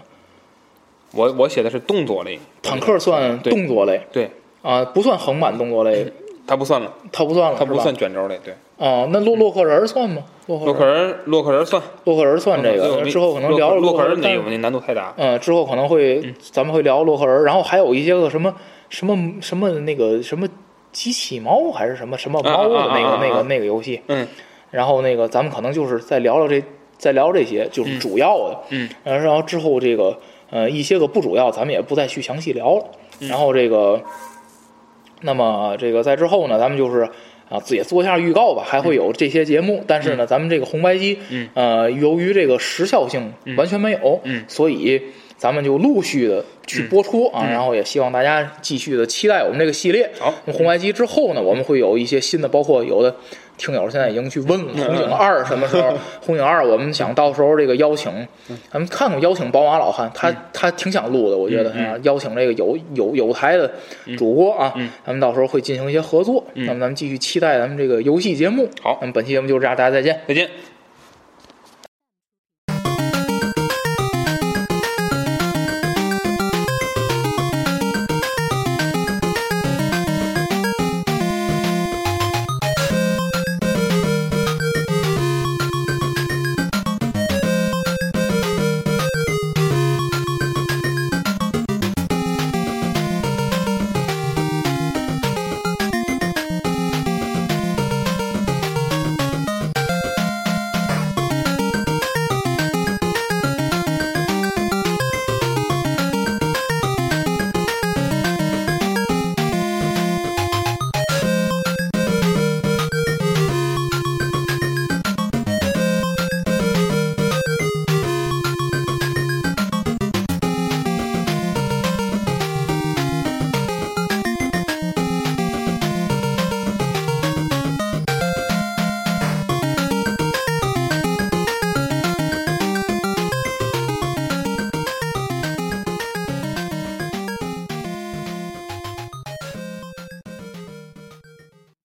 Speaker 3: 我我写的是动作类，
Speaker 5: 坦克算
Speaker 3: 对
Speaker 5: 动作类
Speaker 3: 对，
Speaker 5: 啊，不算横版动作类，
Speaker 3: 它不算了，
Speaker 5: 它不算了，
Speaker 3: 它不
Speaker 5: 哦是吧
Speaker 3: 算卷轴类，对。
Speaker 5: 哦。那洛洛克人算吗？洛
Speaker 3: 洛
Speaker 5: 克
Speaker 3: 克
Speaker 5: 人，
Speaker 3: 人，嗯洛克人算
Speaker 5: 洛克人算这
Speaker 3: 洛克
Speaker 5: 个，
Speaker 3: 人
Speaker 5: 之后可能聊
Speaker 3: 洛克洛克
Speaker 5: 人
Speaker 3: 人那
Speaker 5: 但
Speaker 3: 有
Speaker 5: 是
Speaker 3: 那难度太大，
Speaker 5: 嗯，之后可能会咱们会聊洛克人，然后还有一些个什么什么什么那个什么机器猫还是什么什么猫的那
Speaker 3: 啊啊啊
Speaker 5: 个
Speaker 3: 啊
Speaker 5: 那
Speaker 3: 啊
Speaker 5: 个那个游戏，
Speaker 3: 嗯，
Speaker 5: 然后那个咱们可能就是再聊聊这再聊这些就是主要的，
Speaker 3: 嗯，
Speaker 5: 然后之后这个呃一些个不主要咱们也不再去详细聊了，然后这个那么这个在之后呢，咱们就是。啊，自己也做一下预告吧，还会有这些节目，但是呢，咱们这个红白机，
Speaker 3: 嗯
Speaker 5: 呃，由于这个时效性完全没有，
Speaker 3: 嗯
Speaker 5: 所以咱们就陆续的去播出啊，
Speaker 3: 嗯
Speaker 5: 然后也希望大家继续的期待我们这个系列。
Speaker 3: 好
Speaker 5: 那么红白机之后呢，我们会有一些新的，包括有的听友现在已经去问了
Speaker 3: 嗯
Speaker 5: 红警二什么时 候？红警二，我们想到时候这个邀请，
Speaker 3: 嗯
Speaker 5: 咱们看看邀请宝马老汉，他他挺想录的，我
Speaker 3: 嗯
Speaker 5: 觉得啊，邀请这个有有有台的主播啊，
Speaker 3: 嗯
Speaker 5: 咱们到时候会进行一些合作。那么咱们继续期待咱们这个游戏节目。
Speaker 3: 好
Speaker 5: 那么本期节目就这样，大家再见。
Speaker 3: 再见。